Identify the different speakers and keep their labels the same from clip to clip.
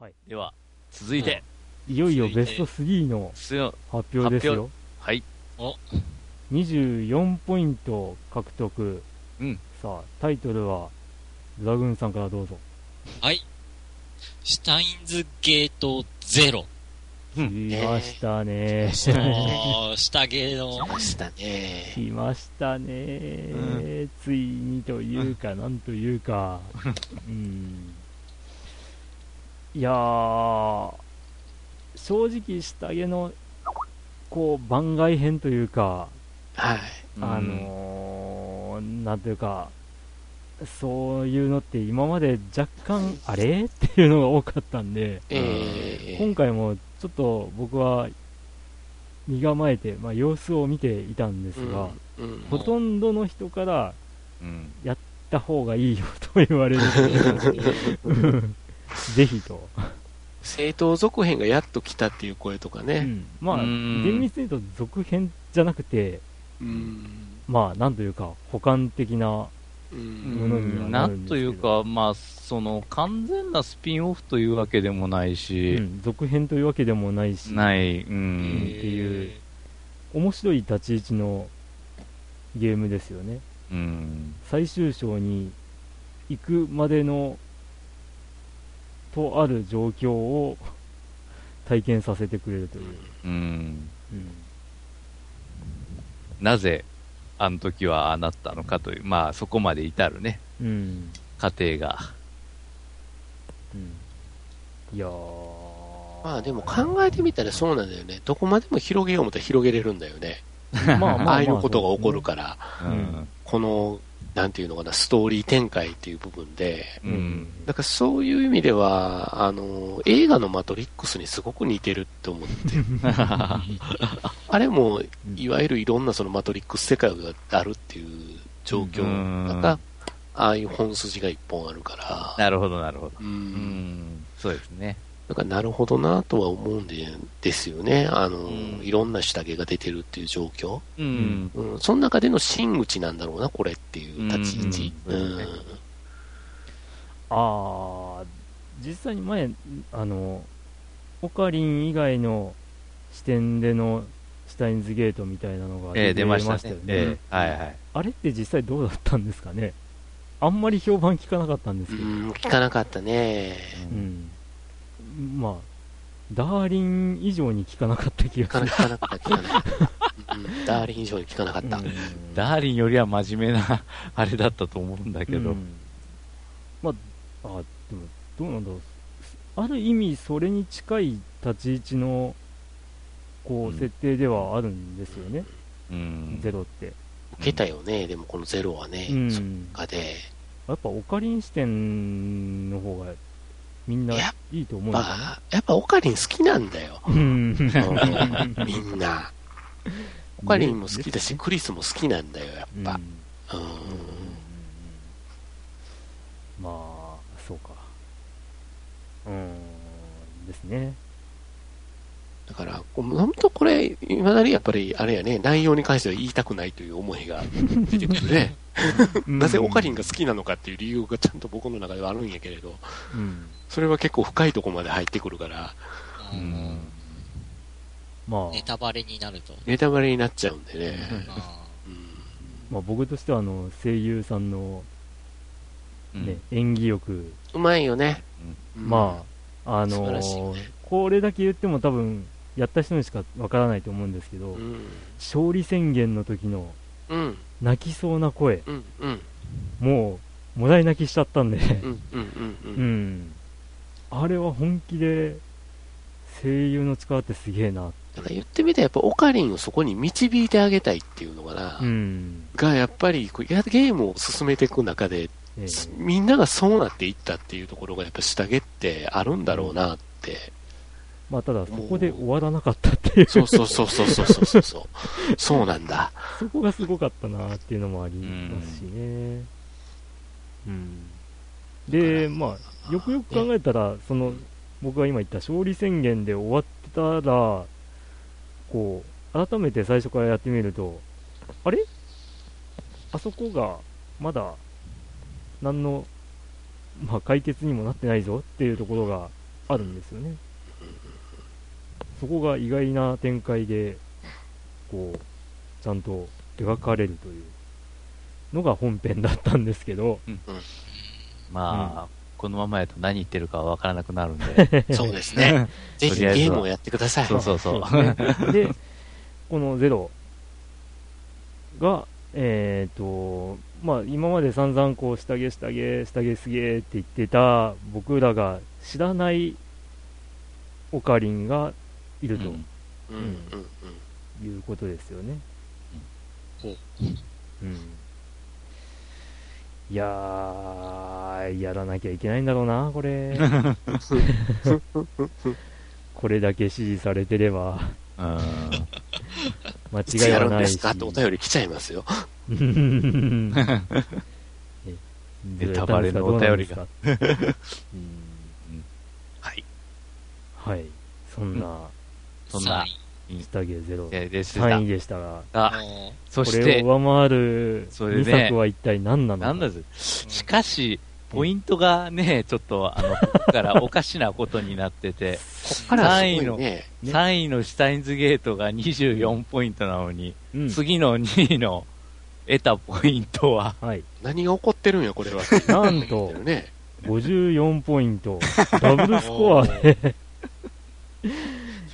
Speaker 1: はい
Speaker 2: では、続いて、
Speaker 1: いよいよベスト3の
Speaker 2: すよ
Speaker 1: 発表ですよ。
Speaker 2: はい。
Speaker 1: 24ポイント獲得。
Speaker 2: うん
Speaker 1: さあ、タイトルは、ザグーンさんからどうぞ。
Speaker 3: はい。シュタインズゲートゼロ。
Speaker 1: 来ましたね。
Speaker 3: その、下ゲーの、
Speaker 4: ましたね。
Speaker 1: 来ましたね、ついにというか、なんという か、うん、いやー、正直、下着のこう番外編というか、
Speaker 4: はい。
Speaker 1: あのー、なんというか、そういうのって、今まで若干、あれっていうのが多かったんで、
Speaker 4: えー、
Speaker 1: 今回もちょっと僕は身構えて、まあ、様子を見ていたんですが。
Speaker 4: うん、うん
Speaker 1: ほとんどの人から行っ
Speaker 2: うん、
Speaker 1: た方がいいよと言われるのでうんぜひと、
Speaker 4: 正当続編がやっと来たっていう声とか
Speaker 1: う
Speaker 4: ね。
Speaker 1: んまあ
Speaker 2: うん
Speaker 1: 厳密に言うと続編じゃなくて
Speaker 4: うん。
Speaker 1: まあなんというか補完的な
Speaker 4: う
Speaker 1: うん
Speaker 4: ん。
Speaker 1: ものには
Speaker 2: な
Speaker 1: なるん
Speaker 2: ん
Speaker 1: ですけど
Speaker 2: というか、まあ、その完全なスピンオフというわけでもないし、
Speaker 1: うん続編というわけでもないし
Speaker 2: ない、う
Speaker 3: え
Speaker 1: ん
Speaker 2: ん、
Speaker 1: っていう面白い立ち位置のゲームですよね
Speaker 2: うん、
Speaker 1: 最終章に行くまでのとある状況を 体験させてくれるという、
Speaker 2: うん、
Speaker 1: うん
Speaker 2: なぜ、あの時はああなったのかという、まあ、そこまで至るね、
Speaker 1: うん
Speaker 2: 過程が。
Speaker 1: いやー
Speaker 4: まあ でも考えてみたらそうなんだよね。どこまでも広げよう思ったら広げれるんだよね。
Speaker 1: まあまあま
Speaker 4: ああいうことが起こるから、
Speaker 2: う
Speaker 1: うん
Speaker 2: ん、
Speaker 4: この、なんていうのかな、ストーリー展開っていう部分で、
Speaker 2: う
Speaker 1: うんん、
Speaker 4: だからそういう意味では、あの、映画のマトリックスにすごく似てるって 思って、あれも、いわゆるいろんなそのマトリックス世界があるっていう状況
Speaker 2: う
Speaker 4: の
Speaker 2: ん
Speaker 4: 中、ああいう本筋が一本あるから、
Speaker 2: なるほど、なるほど。
Speaker 4: う。
Speaker 2: うんん、そうですね。
Speaker 4: だからなるほどなとは思うんでですよね。あの、
Speaker 2: ん
Speaker 4: いろんな下着が出てるっていう状況。
Speaker 2: うん、
Speaker 4: うん、その中での真打ちなんだろうな、これっていう立ち位置。
Speaker 2: う
Speaker 4: うんん。
Speaker 2: うんそう
Speaker 1: あー実際に前あのオカリン以外の視点でのシュタインズゲートみたいなのが出
Speaker 2: ええ
Speaker 1: て
Speaker 2: 出
Speaker 1: ま
Speaker 2: ま
Speaker 1: し
Speaker 2: した
Speaker 1: よ
Speaker 2: た
Speaker 1: ね
Speaker 2: ね。ええはいはい。
Speaker 1: あれって実際どうだったんですかねあんまり評判聞かなかったんですけど、
Speaker 4: うん聞かなかったね。
Speaker 1: うんまあダーリン以上に聞かなかった気
Speaker 4: 聞か
Speaker 1: が
Speaker 4: な
Speaker 1: す
Speaker 4: 聞かなかった、聞かなか った。うん、ダーリン以上に聞かなかっ
Speaker 1: る
Speaker 4: た。
Speaker 1: うん
Speaker 2: ダーリンよりは真面目なあれだったと思うんだけ
Speaker 1: う
Speaker 2: ど、
Speaker 1: んまああでもどうなんだろうある意味それに近い立ち位置のこ
Speaker 2: うん
Speaker 1: う設定ではあるんですよね、
Speaker 2: うん
Speaker 1: ゼロって、
Speaker 4: 受けたよね、でもこのゼロはね、
Speaker 1: うん
Speaker 4: そっかで、
Speaker 1: やっぱオカリン視点の方がみんな
Speaker 4: やっ
Speaker 1: いいと思うの
Speaker 4: ま
Speaker 1: かな
Speaker 4: あ、やっぱオカリン好きなんだ よ、
Speaker 1: うん
Speaker 4: うんみんな。オカリンも好きだ
Speaker 1: う
Speaker 4: し、クリスも好きなんだよ、やっぱ。
Speaker 1: ん
Speaker 4: うん
Speaker 1: まあそうかうんですね
Speaker 4: だから、こう本当これ、いまだにやっぱり、あれやね、内容に関しては言いたくないという思いが出てく るね。 なぜオカリンが好きなのかっていう理由がちゃんと僕の中ではあるんやけれど、
Speaker 1: うん
Speaker 4: それは結構深いとこまで入ってくるから、
Speaker 3: う
Speaker 2: うんん
Speaker 1: まあ
Speaker 3: ネタバレになると。
Speaker 4: ネタバレになっちゃうんでね。
Speaker 3: あ
Speaker 4: うん
Speaker 1: まあ、僕としてはあの声優さんの、
Speaker 2: うん
Speaker 1: ね演技力、
Speaker 4: うまいよね。うん
Speaker 1: まあ、あ
Speaker 4: 素
Speaker 1: の
Speaker 4: 晴らしいよね
Speaker 1: これだけ言っても多分やった人にしかわからないと思うんですけど、
Speaker 4: うん。
Speaker 1: 勝利宣言の時の
Speaker 4: うん。
Speaker 1: 泣きそうな声
Speaker 4: うん。うん。
Speaker 1: もうもらい泣きしちゃったんで、
Speaker 4: うんうん
Speaker 1: う
Speaker 4: う
Speaker 1: ん
Speaker 4: うん。
Speaker 1: ん、あれは本気で声優の力ってすげえな、
Speaker 4: だから言ってみたらやっぱオカリンをそこに導いてあげたいっていうのかな。
Speaker 1: うん
Speaker 4: がやっぱりこうやゲームを進めていく中で、
Speaker 1: ええ
Speaker 4: みんながそうなっていったっていうところがやっぱ下着ってあるんだろうなって。
Speaker 1: まあ、ただそこで終わらなかったっていう
Speaker 4: そうそうそうそうそうそうそう。そうなんだ。
Speaker 1: そこがすごかったなっていうのもありますしね。うん、で、まあ、よくよく考えたら、その僕が今言った勝利宣言で終わってたら、こう、改めて最初からやってみると、あれあそこがまだ何の、まあ、解決にもなってないぞっていうところがあるんですよねそこが意外な展開でこうちゃんと描かれるというのが本編だったんですけど
Speaker 2: まあ、このままやと何言ってるかわからなくなるん で。
Speaker 4: そうですね。ぜ
Speaker 2: と
Speaker 4: ひ
Speaker 2: り
Speaker 4: ゲ
Speaker 2: あえずは
Speaker 4: ームをやってください。
Speaker 2: そうそうそう。
Speaker 1: ですねで、 このゼロが、えっ、と、まあ、今まで散々こう、下げ下げ、下げすげーって言ってた僕らが知らないオカリンがいると
Speaker 2: うん
Speaker 4: うん
Speaker 1: ん
Speaker 4: うん
Speaker 1: いうことですよね。
Speaker 4: うんほ
Speaker 1: うん。いやー、やらなきゃいけないんだろうな、こ れ。 これだけ支持されてれば、
Speaker 2: うん。
Speaker 1: 間
Speaker 4: いつ
Speaker 1: 違い
Speaker 4: や
Speaker 1: は
Speaker 4: るん
Speaker 1: ない
Speaker 4: で
Speaker 1: し
Speaker 4: す。かってお便り来ちゃいますよ。
Speaker 2: ネタバレのお便りが。
Speaker 4: はい。
Speaker 1: はい。そんな、
Speaker 2: そんな
Speaker 3: 3位
Speaker 1: 下げゼロ。
Speaker 2: ででした。
Speaker 1: 3位でしたが、
Speaker 2: あ、
Speaker 3: も
Speaker 2: そ
Speaker 1: こ
Speaker 2: し
Speaker 1: れ
Speaker 2: て、
Speaker 1: を上回る
Speaker 2: それ
Speaker 1: 2
Speaker 2: で
Speaker 1: 作は一体何なの
Speaker 2: な
Speaker 1: か
Speaker 2: んだぜ。しかし、ポイントがね、ちょっ と、あの、ここからおかしなことになってて、
Speaker 4: あら、すご
Speaker 2: 3位
Speaker 4: い
Speaker 2: の、
Speaker 4: ね。
Speaker 1: ね
Speaker 2: 3位のシュタインズゲートが24ポイントなのに、
Speaker 1: うん
Speaker 2: 次の2位の得たポイント は、
Speaker 1: はい。
Speaker 4: 何が起こってるんや、これは。
Speaker 1: なんと、
Speaker 4: ね。
Speaker 1: 54ポイント。ダブルスコア で、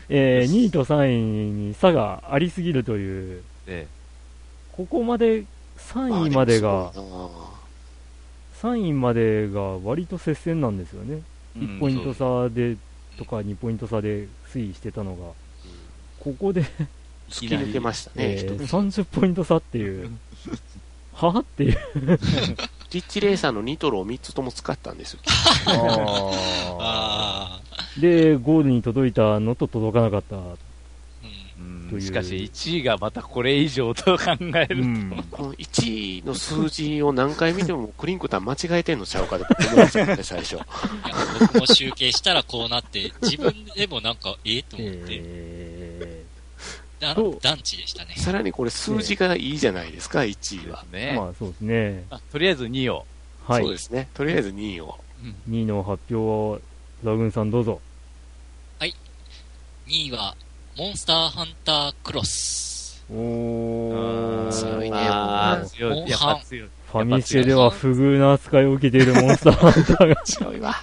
Speaker 1: えー、2位と3位に差がありすぎるという、
Speaker 2: で
Speaker 1: ここまで、3位までが、3位までが割と接戦なんですよね。1ポイント差でとか2ポイント差で推移してたのが、ここで、
Speaker 4: 突き抜けましたね。
Speaker 1: え
Speaker 4: 一
Speaker 1: ー
Speaker 4: つ
Speaker 1: 30ポイント差っていう、はぁっていう、
Speaker 4: リッチレーサーのニトロを3つとも使ったんですよ。
Speaker 3: う、
Speaker 2: あ
Speaker 3: ああ、
Speaker 1: で、ゴールに届いたのと届かなかった、
Speaker 3: うん。
Speaker 2: ー
Speaker 1: という
Speaker 2: しかし1位がまたこれ以上と考える
Speaker 1: うん
Speaker 4: この1位の数字を何回見てもクリンクタン間違えてんのちゃうかって思いましたね、最 初。
Speaker 3: いや僕も集計したらこうなって、自分でもなんか、ええと思って、
Speaker 1: え
Speaker 3: だ
Speaker 1: そう
Speaker 3: 団地でしたね。
Speaker 4: さらにこれ数字がいいじゃないですか、1位
Speaker 2: で
Speaker 4: は。
Speaker 2: す
Speaker 1: ー
Speaker 2: ね、
Speaker 1: まあそうですね、
Speaker 2: あとりあえず2位を、
Speaker 1: はい
Speaker 4: そう、ですね。とりあえず2位を。
Speaker 1: 2位の発表を、ラグーンさん、どうぞ、
Speaker 3: 2位は、モンスターハンタークロス。
Speaker 1: おー
Speaker 3: 強いね
Speaker 2: あー
Speaker 3: もう
Speaker 2: 強
Speaker 3: もう
Speaker 2: いやっぱ強い
Speaker 1: ファミチェでは不遇な扱いを受けているモンスターハンターが、
Speaker 4: 強いわ。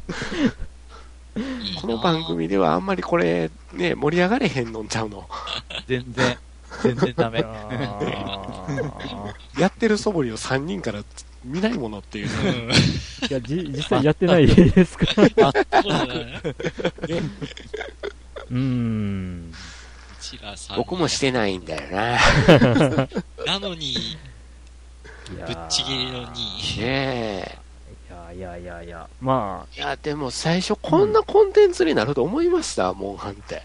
Speaker 3: いいなぁ
Speaker 4: この番。組ではあんまりこれ、ね、盛り上がれへんのんちゃうの。
Speaker 2: 全然、全然 ダメ。
Speaker 1: あー
Speaker 4: やってる素振りを3人から見ないものっていう
Speaker 3: う
Speaker 4: ね。
Speaker 3: ん。
Speaker 1: いやじ実際やってないですか、
Speaker 3: そうだね。う
Speaker 1: うーん、
Speaker 3: ちらさん。
Speaker 4: 僕もしてないんだよな。
Speaker 3: なのに、
Speaker 1: いや
Speaker 3: ぶっ
Speaker 1: ー
Speaker 3: ちぎりの2位。
Speaker 4: ねえ。
Speaker 1: いやいやいやいや、まあ、
Speaker 4: いや、でも最初こんなコンテンツになると思いました、モンハンって。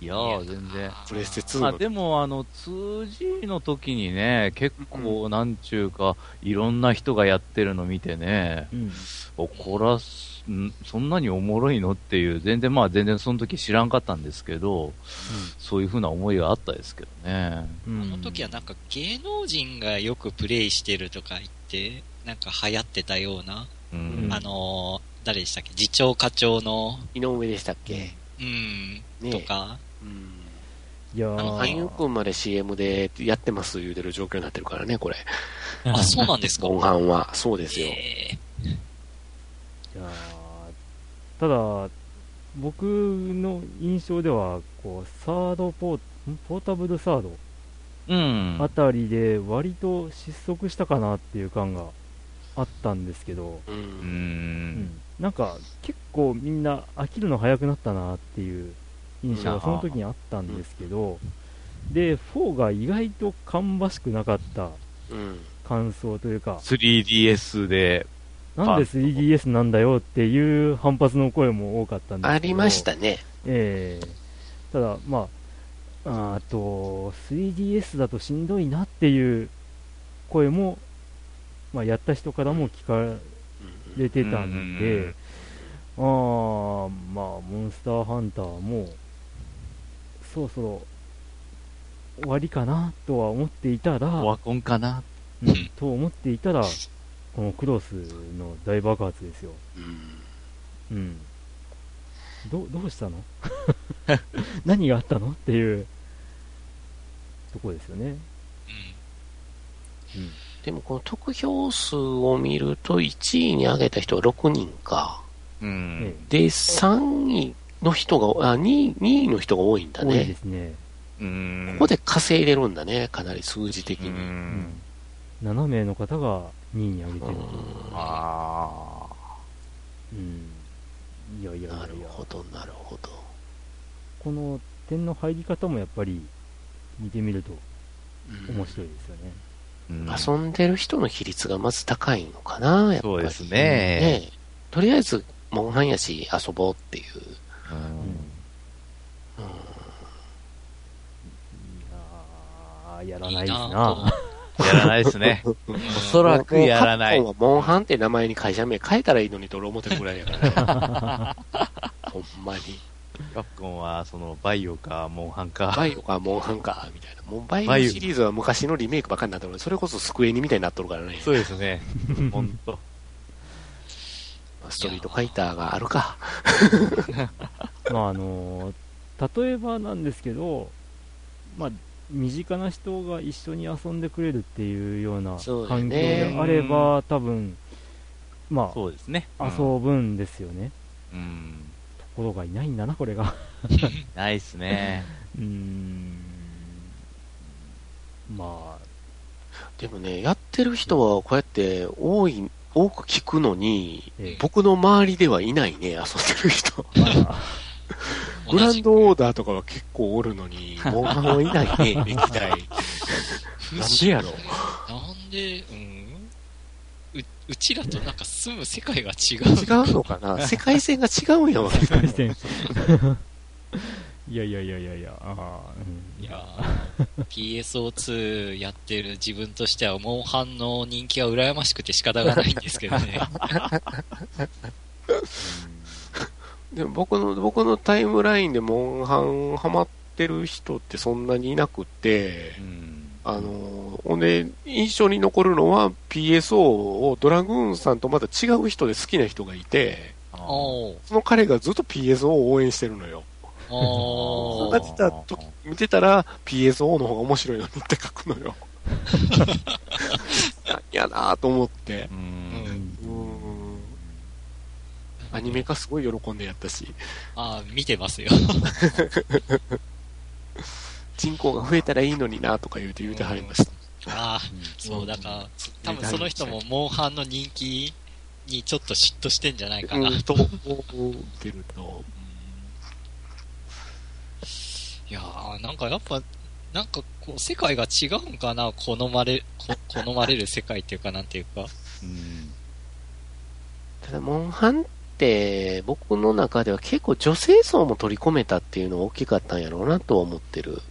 Speaker 2: いやー、全然。
Speaker 4: プレステ2
Speaker 2: まあ
Speaker 4: の。
Speaker 2: でも、あの、2G の時にね、結構、なんちゅうか、いろんな人がやってるの見てね、
Speaker 1: うん、
Speaker 2: おこらす、んそんなにおもろいのっていう、全然、まあ全然その時知らんかったんですけど、そういうふうな思いがあったですけどね。
Speaker 1: うん
Speaker 3: あの時はなんか芸能人がよくプレイしてるとか言って、なんか流行ってたような、
Speaker 2: うん。
Speaker 1: うん
Speaker 3: あのー誰でしたっけ、次長課長の、
Speaker 4: 井上でしたっけ
Speaker 3: うん、
Speaker 4: ねえ
Speaker 3: とか、
Speaker 4: うん。
Speaker 1: いやー
Speaker 3: あの
Speaker 4: 羽生くんまで CM でやってます言うてる状況になってるからね、これ。
Speaker 3: あ、そうなんですか。
Speaker 4: モンハンは。 そうですよ。
Speaker 3: え
Speaker 1: いやーただ、僕の印象では、こう、サードポー、んポータブルサード
Speaker 2: うん。
Speaker 1: あたりで、割と失速したかなっていう感があったんですけど、
Speaker 4: う。
Speaker 2: うんん。
Speaker 1: なんか、結構みんな飽きるの早くなったなっていう印象
Speaker 2: うん
Speaker 1: がその時にあったんですけど、で、4が意外と芳しくなかった
Speaker 4: うん。
Speaker 1: 感想というか、
Speaker 2: 3DS で、
Speaker 1: なんで 3DS なんだよっていう反発の声も多かったんですけど
Speaker 4: ありましたね。
Speaker 1: ええただ、まあ、あーと 3DS だとしんどいなっていう声も、まあ、やった人からも聞かれてたんで、あーまあ、モンスターハンターもそろそろ終わりかなとは思っていた
Speaker 2: オ
Speaker 1: ら、
Speaker 2: ワコンかな
Speaker 1: うんと思っていたら、このクロスの大爆発ですよ。
Speaker 4: うん。
Speaker 1: うん、どどうしたの何があったのっていうところですよね。うん
Speaker 4: でもこの得票数を見ると、1位に上げた人は6人か。
Speaker 2: う
Speaker 1: え
Speaker 2: ん。
Speaker 1: え
Speaker 4: で、3位の人が、あ、2位、2位の人が多いんだ
Speaker 1: 多いで
Speaker 4: ね。
Speaker 1: すね。
Speaker 2: うん
Speaker 4: ここで稼いでるんだね、かなり数字的
Speaker 2: う
Speaker 4: に。
Speaker 2: ん。
Speaker 1: 7名の方が2位に上げて
Speaker 4: う
Speaker 1: る
Speaker 4: ん
Speaker 1: と。
Speaker 2: ああ。
Speaker 1: うん。いやいやいや
Speaker 4: なる
Speaker 1: いや。
Speaker 4: ほど、なるほど。
Speaker 1: この点の入り方もやっぱり見てみると
Speaker 4: うん
Speaker 1: 面白いですよね。
Speaker 2: うん
Speaker 4: 遊んでる人の比率がまず高いのかな、やっぱり。
Speaker 2: そうですね。
Speaker 4: えとりあえず、モンハンやし、遊ぼうっていう。
Speaker 2: うん
Speaker 1: いやーやらないです
Speaker 3: いい
Speaker 1: な
Speaker 3: な。
Speaker 2: やらないです ね。
Speaker 3: うん。
Speaker 2: おそらくやらない
Speaker 4: もうカプコンはモンハンって名前に会社名変えたらいいのにと俺思ってるぐらいやから ね。ほんまに。
Speaker 2: カプコンは、その、バイオか、モンハンか。
Speaker 4: バイオかモンハンか、みたいな。もうバイ
Speaker 2: バイ
Speaker 4: オ
Speaker 2: オ
Speaker 4: シリーズは昔のリメイクばっかりになってるそれこそスクエニみたいになっとるからね。
Speaker 2: そうですね。ほんと。
Speaker 4: ストリートファイターがあるか。
Speaker 1: まああのー例えばなんですけど、まあ、身近な人が一緒に遊んでくれるっていうような
Speaker 4: そうだよ
Speaker 1: 環境
Speaker 4: ね
Speaker 1: であれば、多分ま
Speaker 2: そうですね。
Speaker 1: あ、遊ぶんですよね、
Speaker 2: うん。
Speaker 1: ところがいないんだな、これが。
Speaker 2: ないですね。
Speaker 1: うーんまあ、
Speaker 4: でもね、やってる人はこうやって多い、多く聞くのに、
Speaker 1: え
Speaker 4: 僕の周りではいないね、遊んで る人。
Speaker 1: え、まあ、
Speaker 4: グランドオーダーとかは結構おる のに、モンハンはいないね、歴代。なんでやろ
Speaker 3: なんで、うんううちらとなんか住む世界が違う。
Speaker 4: 違うのか な世界線が違うんやわ。
Speaker 1: 世界線 いやいやいやいやいや、あーうん
Speaker 3: いやー PSO2 やってる自分としては、モンハンの人気が羨ましくて仕方がないんですけどね。
Speaker 4: でも僕の、僕のタイムラインでモンハンハマってる人ってそんなにいなくて
Speaker 2: う、ん。
Speaker 4: あの、ほんで、印象に残るのは PSO をドラグーンさんとまた違う人で好きな人がいて、
Speaker 2: あ
Speaker 3: おー
Speaker 4: その彼がずっと PSO を応援してるのよ。
Speaker 3: お
Speaker 4: 育てた時、見てたら PSO の方が面白いのにって書くのよ。やなぁと思って。
Speaker 2: う。
Speaker 3: うんん
Speaker 4: うん。アニメ化すごい喜んでやったし、
Speaker 3: あー見てますよ。
Speaker 4: 人口が増えたらいいのになとか言うて言うてはりました。
Speaker 3: ああ、
Speaker 4: う
Speaker 3: そ
Speaker 4: ん
Speaker 3: う、だから、多分その人もモンハンの人気にちょっと嫉妬してんじゃないかな。
Speaker 4: うん、と、思ってると。
Speaker 3: いやー、なんかやっぱ、なんかこう、世界が違うんかな好まれ、こ好まれる世界っていうか、なんていうか。
Speaker 2: うん
Speaker 4: ただ、モンハンって、僕の中では結構女性層も取り込めたっていうのが大きかったんやろうなとは思ってる。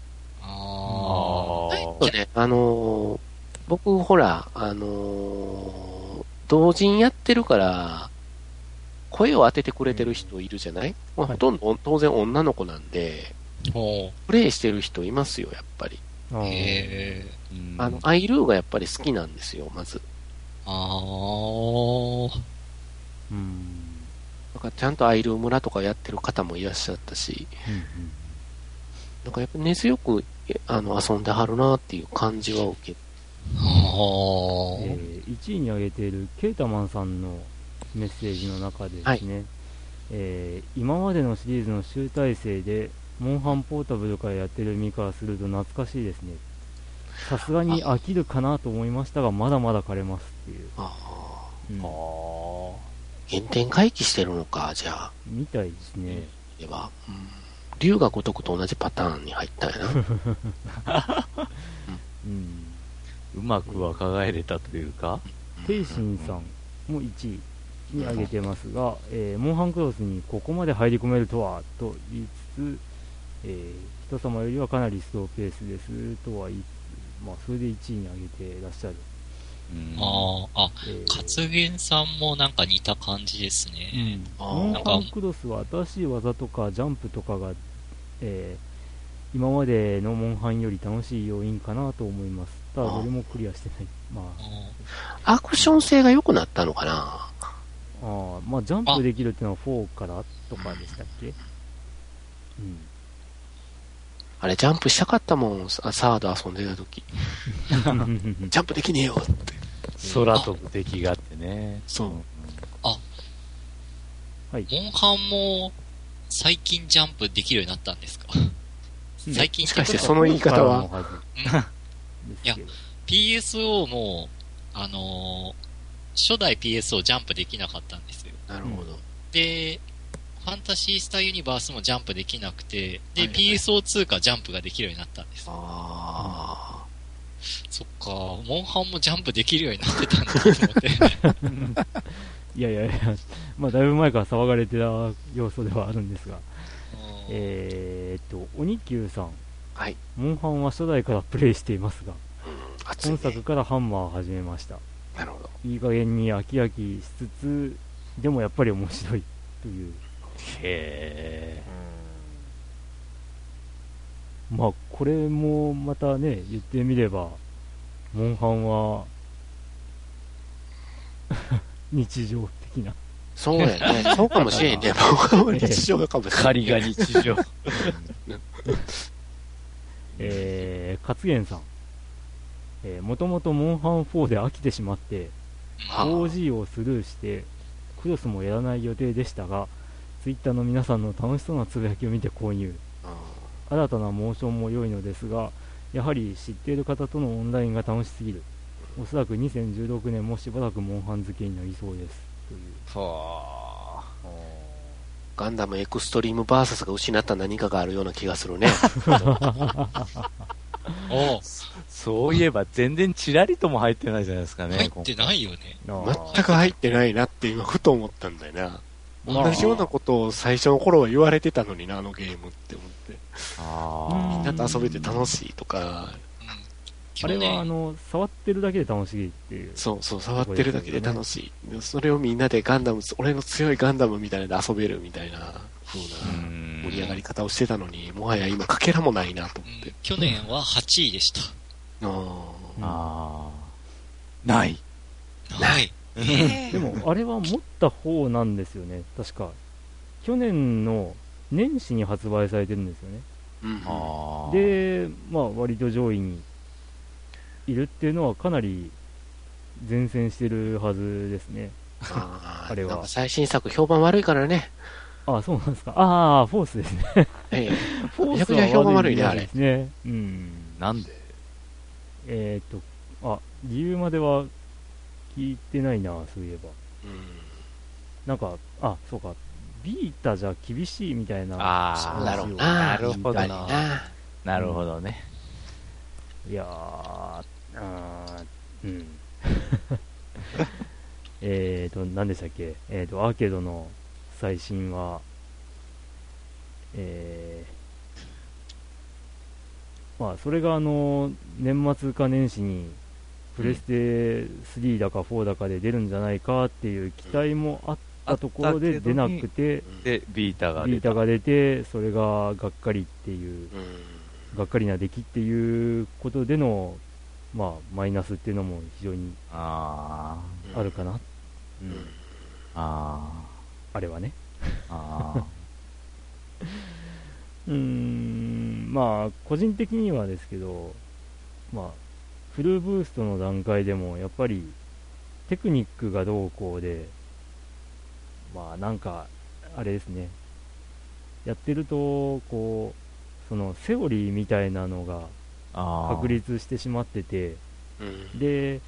Speaker 3: あ
Speaker 2: あ
Speaker 4: そうね、あのー僕、ほら、あのー同人やってるから、声を当ててくれてる人いるじゃない、ま
Speaker 1: は
Speaker 4: あ
Speaker 1: い
Speaker 4: ほとんど当然女の子なんで、
Speaker 3: あ、ほ
Speaker 4: プレイしてる人いますよ、やっぱり。
Speaker 1: あ
Speaker 3: う。
Speaker 1: ー
Speaker 3: へえ。
Speaker 2: ー
Speaker 4: あの、アイルーがやっぱり好きなんですよ、まず。
Speaker 3: あー。
Speaker 1: うんうん
Speaker 4: なんかちゃんとアイルー村とかやってる方もいらっしゃったし、
Speaker 1: うん
Speaker 4: なんかやっぱ根強くえあの遊んではるなっていう感じは受け
Speaker 3: はあ、
Speaker 1: えー1位に挙げているケータマンさんのメッセージの中でですね、えー今までのシリーズの集大成でモンハンポータブルからやってる身からすると懐かしいですねさすがに飽きるかなと思いましたがまだまだ枯れますっていう、
Speaker 4: ああ
Speaker 1: うん
Speaker 2: あ
Speaker 4: 原点回帰してるのか、じゃあ。
Speaker 1: みたいですね
Speaker 4: では、うん、竜が如くと同じパターンに入ったんやな。
Speaker 1: うん
Speaker 2: ーうまく若返れたというか。
Speaker 1: 天心さんも1位に挙げてますが、えーモンハンクロスにここまで入り込めるとはと言いつつ、えー人様よりはかなりスローペースですとは言いつつ、まあ、それで1位に挙げてらっしゃる、
Speaker 2: うん
Speaker 3: ああ、あ、
Speaker 1: えー
Speaker 3: 勝元さんもなんか似た感じですね。
Speaker 1: モン
Speaker 4: あ
Speaker 1: ハンクロスは新しい技とかジャンプとかが、えー今までのモンハンより楽しい要因かなと思いますただどれもクリアしてないまあ
Speaker 3: あ
Speaker 4: あアクション性が良くなったのかな。
Speaker 2: あ
Speaker 1: ああ、まあ、ジャンプできるっていうのは4からとかでしたっけうん。
Speaker 4: あれ、ジャンプしたかったもん、さサード遊んでた時。 ジャンプできねえよって。
Speaker 2: 空飛ぶ敵があってね。。
Speaker 4: そうん
Speaker 1: はい。
Speaker 3: モンハンも最近ジャンプできるようになったんですか
Speaker 1: うん
Speaker 3: 最近
Speaker 4: も
Speaker 3: っこ
Speaker 4: してかして
Speaker 3: と
Speaker 4: その言い方は、
Speaker 2: は
Speaker 1: ですけど
Speaker 3: PSO も、あのー初代 PSO ジャンプできなかったんですよ。
Speaker 4: なるほど。
Speaker 3: で、ファンタシースターユニバースもジャンプできなくて、で、
Speaker 4: はいはい
Speaker 3: PSO2 かジャンプができるようになったんです。
Speaker 4: あ
Speaker 3: そっか、モンハンもジャンプできるようになってたんだと思って。
Speaker 1: いやいやいや、まあ、だいぶ前から騒がれてた要素ではあるんですが、えー、っと、鬼久さん、
Speaker 4: あ。はい。
Speaker 1: モンハンは初代からプレイしていますが、
Speaker 4: 熱い、
Speaker 1: 本
Speaker 4: ね。
Speaker 1: 作からハンマーを始めました。
Speaker 4: なるほど。
Speaker 1: いい加減に飽き飽きしつつ、でもやっぱり面白いという、
Speaker 2: へ
Speaker 1: まあ、これもまたね、言ってみれば、モンハンは 日常的な、
Speaker 4: そう やね。そうかもしれんね。僕は日常かも
Speaker 2: ー
Speaker 4: しれん
Speaker 2: 狩りが日常。
Speaker 1: えー、勝元さん、えー、もともとモンハン4で飽きてしまって、
Speaker 4: あー
Speaker 1: OG をスルーして、クロスもやらない予定でしたが、ツイッターの皆さんの楽しそうなつぶやきを見て購入、新たなモーションも良いのですが、やはり知っている方とのオンラインが楽しすぎる、おそらく2016年もしばらくモンハン漬けになりそうですという、
Speaker 2: はあ。
Speaker 4: ガンダムエクストリームバーサスが失った何かがあるような気がするね。
Speaker 3: おう
Speaker 2: そういえば全然チラリとも入ってないじゃないですかね。
Speaker 3: 入ってないよね。
Speaker 4: 全く入ってないなって今ふと思ったんだよな。
Speaker 2: まあ
Speaker 4: 同じようなことを最初の頃は言われてたのにな、あのゲームって思って。
Speaker 2: あ
Speaker 1: うん
Speaker 2: ー
Speaker 4: みんなと遊べて楽しいとか、
Speaker 3: うん
Speaker 1: あ
Speaker 3: 去
Speaker 1: れはあ
Speaker 3: 年、
Speaker 1: の触ってるだけで楽しいっていう、
Speaker 4: そうそう、触ってるだけで楽しい。それをみんなでガンダム、俺の強いガンダムみたいなので遊べるみたいな風な
Speaker 2: うん
Speaker 4: 盛り上がり方をしてたのに、もはや今かけらもないなと
Speaker 3: う
Speaker 4: 思って
Speaker 3: ん。去年は8位でした。
Speaker 4: あ
Speaker 2: ああ。ない。
Speaker 3: はい。
Speaker 1: でもあれは持った方なんですよね、確か、去年の年始に発売されてるんですよね。
Speaker 4: ーうん
Speaker 2: ああ。、
Speaker 1: で、まあ、割と上位にいるっていうのは、かなり前線してるはずですね。
Speaker 4: あー
Speaker 1: あれは
Speaker 4: なんか最新作評判悪いからね。
Speaker 1: ああ、そうなんですか。ああ、フォース ですね。
Speaker 4: ええ
Speaker 1: フォース
Speaker 4: めちゃくちゃ評判悪いね
Speaker 1: はですね。うん。
Speaker 2: なんで
Speaker 1: えーっと、あ、理由までは聞いてないな、そういえば。なんか、あ、そうか。ビータじゃ厳しいみたいな。
Speaker 2: あ
Speaker 4: そうだろう
Speaker 2: な
Speaker 4: な。
Speaker 2: るほど
Speaker 4: やっぱりな。
Speaker 2: なるほどね。
Speaker 1: いやー、あー うん。えーと、何でしたっけえーと、アーケードの最新は、えー、まあ、それがあの、年末か年始に、プレステ3だか4だかで出るんじゃないかっていう期待もあったところで出なくて、
Speaker 2: で、ビータが
Speaker 1: ビ
Speaker 2: 出
Speaker 1: ー
Speaker 2: た。
Speaker 1: タが出て、それががっかりっていう。
Speaker 4: うん
Speaker 1: がっかりな出来っていうことでの、まあ、マイナスっていうのも非常に
Speaker 2: あ
Speaker 1: あるかな、
Speaker 2: ー
Speaker 4: うん
Speaker 2: あ。あ
Speaker 1: あれはね。
Speaker 2: あ。ああ。
Speaker 1: うーん、まあ、個人的にはですけど、まあ、フルブーストの段階でも、やっぱり、テクニックがどうこうで、まあ、なんか、あれですね、やってると、こう、その、セオリーみたいなのが
Speaker 2: ああ
Speaker 1: 確立してしまってて、
Speaker 4: うん
Speaker 1: で、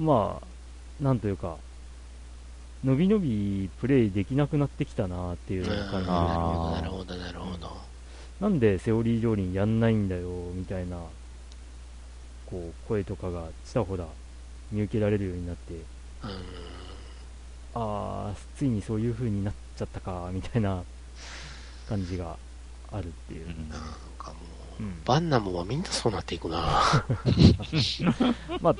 Speaker 1: まあ、なんというか、のびのびプレイできなくなってきたなっていうのを感じる
Speaker 2: あー
Speaker 4: なるほど、なるほど。
Speaker 1: なんでセオリー通りにやんないんだよみたいなこう声とかがちらほら見受けられるようになって、
Speaker 4: うん
Speaker 1: ああ、ついにそういう風になっちゃったかみたいな感じがあるっていう
Speaker 2: う。ん
Speaker 4: なんかも
Speaker 1: う
Speaker 4: う
Speaker 1: ん
Speaker 4: バンナムはみんなそうなっていくな。
Speaker 1: まあ、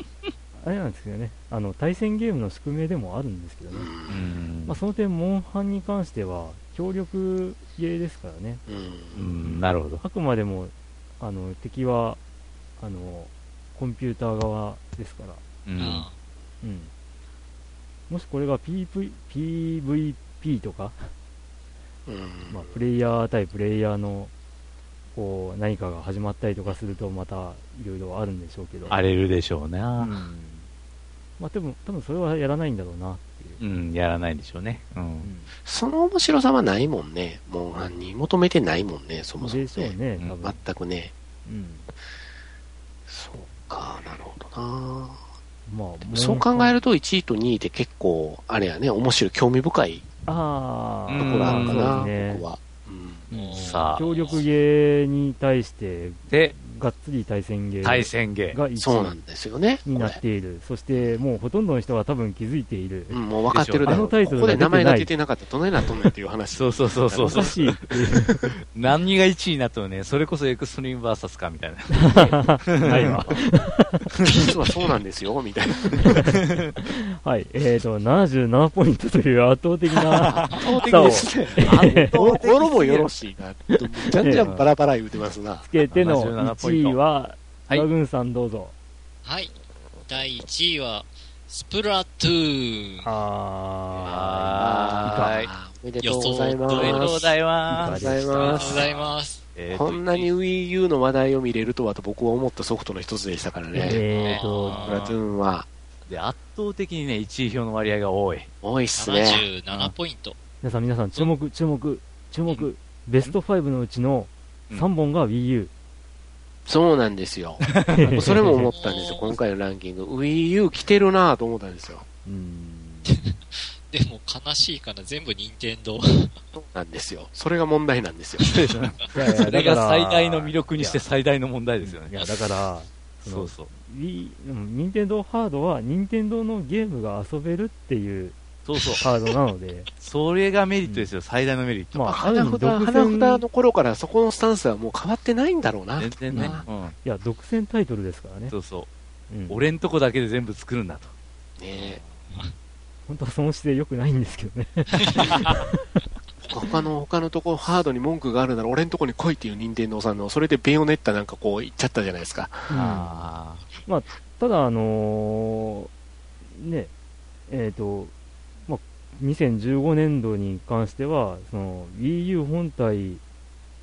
Speaker 1: あれなんですけどね、あの対戦ゲームの宿命でもあるんですけどね。
Speaker 2: う。ん
Speaker 1: まあ、その点、モンハンに関しては、協力ゲーですからね、
Speaker 4: う
Speaker 2: うんん、なるほど。
Speaker 1: あくまでもあの敵はあのコンピューター側ですから、
Speaker 2: う
Speaker 3: うんん。
Speaker 1: うん、もしこれが PV PVP とか、
Speaker 4: うん
Speaker 1: まあ、プレイヤー対プレイヤーのこう何かが始まったりとかするとまたいろいろあるんでしょうけど
Speaker 2: 荒れるでしょうね。
Speaker 1: うんまあ、でも多分それはやらないんだろうなっていう、
Speaker 2: うん、やらないでしょうね。う。
Speaker 1: うん
Speaker 4: その面白さはないもんね。モンハンに求めてないもんね、そもそも、
Speaker 1: でしょう
Speaker 4: ね。
Speaker 1: ね
Speaker 2: うん
Speaker 1: 多分、
Speaker 4: 全くね。
Speaker 1: うん
Speaker 4: そうか、なるほどな。
Speaker 1: まあ、
Speaker 4: そう考え
Speaker 1: る
Speaker 4: ると1位と2位で結構、あれやね、面白い、興味深い
Speaker 1: ああ
Speaker 4: ところなのかな、
Speaker 1: そうですね
Speaker 4: 僕は。うん
Speaker 3: うん
Speaker 2: さあ
Speaker 1: 協力ゲーに対して
Speaker 2: で、
Speaker 1: がっつり対戦ゲー
Speaker 2: 対戦ゲー。
Speaker 1: が
Speaker 4: そ
Speaker 1: 1
Speaker 4: うな
Speaker 1: 位
Speaker 4: んですよね。
Speaker 1: に
Speaker 4: こ
Speaker 1: な
Speaker 4: れ
Speaker 1: っているそしてもうほとんどの人は多分気づいている、
Speaker 4: うん、もう分かってるだろう。
Speaker 1: でしょうあのタイト
Speaker 4: こ
Speaker 1: ルが出
Speaker 4: こで
Speaker 1: てな
Speaker 4: 名
Speaker 1: い
Speaker 4: 前が出てなかったらどないなっとんねんっていう 話。
Speaker 2: そうそうそうそう
Speaker 1: お
Speaker 2: そ
Speaker 1: か
Speaker 2: う。
Speaker 1: しい っていう
Speaker 2: 何が1位になったのね、それこそエクストリームバーサスかみたいな。
Speaker 1: ないわ
Speaker 4: 実はそうなんですよ、みたいな。
Speaker 1: はい、えーと、77ポイントという圧倒的な、
Speaker 4: そうですね。
Speaker 2: 圧倒的
Speaker 4: 心もよろしいな。 じゃんじゃんバラバラ言うてますな
Speaker 1: つ。けての
Speaker 2: 77ポイント
Speaker 1: 1位は、
Speaker 2: はい
Speaker 1: ラグーンさんどうぞ。
Speaker 3: はい。第1位は、スプラトゥーン。
Speaker 1: あ
Speaker 2: はーい。
Speaker 4: あーおめでとうございま
Speaker 2: お
Speaker 4: す。
Speaker 3: 予想通
Speaker 2: めで
Speaker 3: りで
Speaker 2: とうございます。
Speaker 1: あり
Speaker 3: あ
Speaker 4: がとうござい
Speaker 3: り
Speaker 4: ま
Speaker 3: が
Speaker 4: す
Speaker 3: とうございます。
Speaker 2: えーと
Speaker 4: こんなに Wii U の話題を見れるとはと僕は思ったソフトの一つでしたから
Speaker 1: ー
Speaker 4: ね。
Speaker 1: えーと、
Speaker 2: あ
Speaker 4: プラトゥーンは
Speaker 2: で圧倒的にね、1位票の割合が多い。
Speaker 4: 多いっすね。
Speaker 3: 77ポイント。
Speaker 1: 皆さん皆さん、注目、注目、注目、ベスト5のうちの
Speaker 2: うん
Speaker 1: 3本が WiiU。
Speaker 4: そうなんですよ。それも思ったんですよ、今回のランキング。Wii U 来てるなぁと思ったんですよ。
Speaker 1: うん
Speaker 3: でも悲しいから全部任天堂。
Speaker 4: なんですよ。それが問題なんですよ。
Speaker 1: いやいや
Speaker 2: そ
Speaker 1: だ
Speaker 2: れが
Speaker 1: から
Speaker 2: 最大の魅力にして最大の問題ですよ
Speaker 1: い
Speaker 2: ね。
Speaker 1: や、だから、
Speaker 2: そ
Speaker 1: そうう
Speaker 2: そう。
Speaker 1: Wii、うん任天堂ハードは、任天堂のゲームが遊べるっていう
Speaker 2: そうそう。
Speaker 1: ハードなの で、
Speaker 2: それがメリットですよ、最大のメリット。
Speaker 1: まあ、ある
Speaker 4: 花
Speaker 1: 意味
Speaker 4: 札、
Speaker 1: 独
Speaker 4: 花
Speaker 1: 占、
Speaker 4: 札の頃からそこのスタンスはもう変わってないんだろうな。
Speaker 2: 全然ね
Speaker 4: ま、
Speaker 1: いや、独占タイトルですから
Speaker 2: う
Speaker 1: ね
Speaker 2: ん。。そうそう。
Speaker 1: うん
Speaker 2: 俺んとこだけで全部作るんだと。
Speaker 4: あね
Speaker 1: 本当はその姿勢良くないんですけどね。
Speaker 4: 他の、他のとこハードに文句があるなら俺んとこに来いっていう任天堂さんの、それでベヨネッタなんかこう行っちゃったじゃないですか。
Speaker 2: あ
Speaker 1: ただ、あのーね、えっ、と、まあ、2015年度に関しては、その Wii U 本体、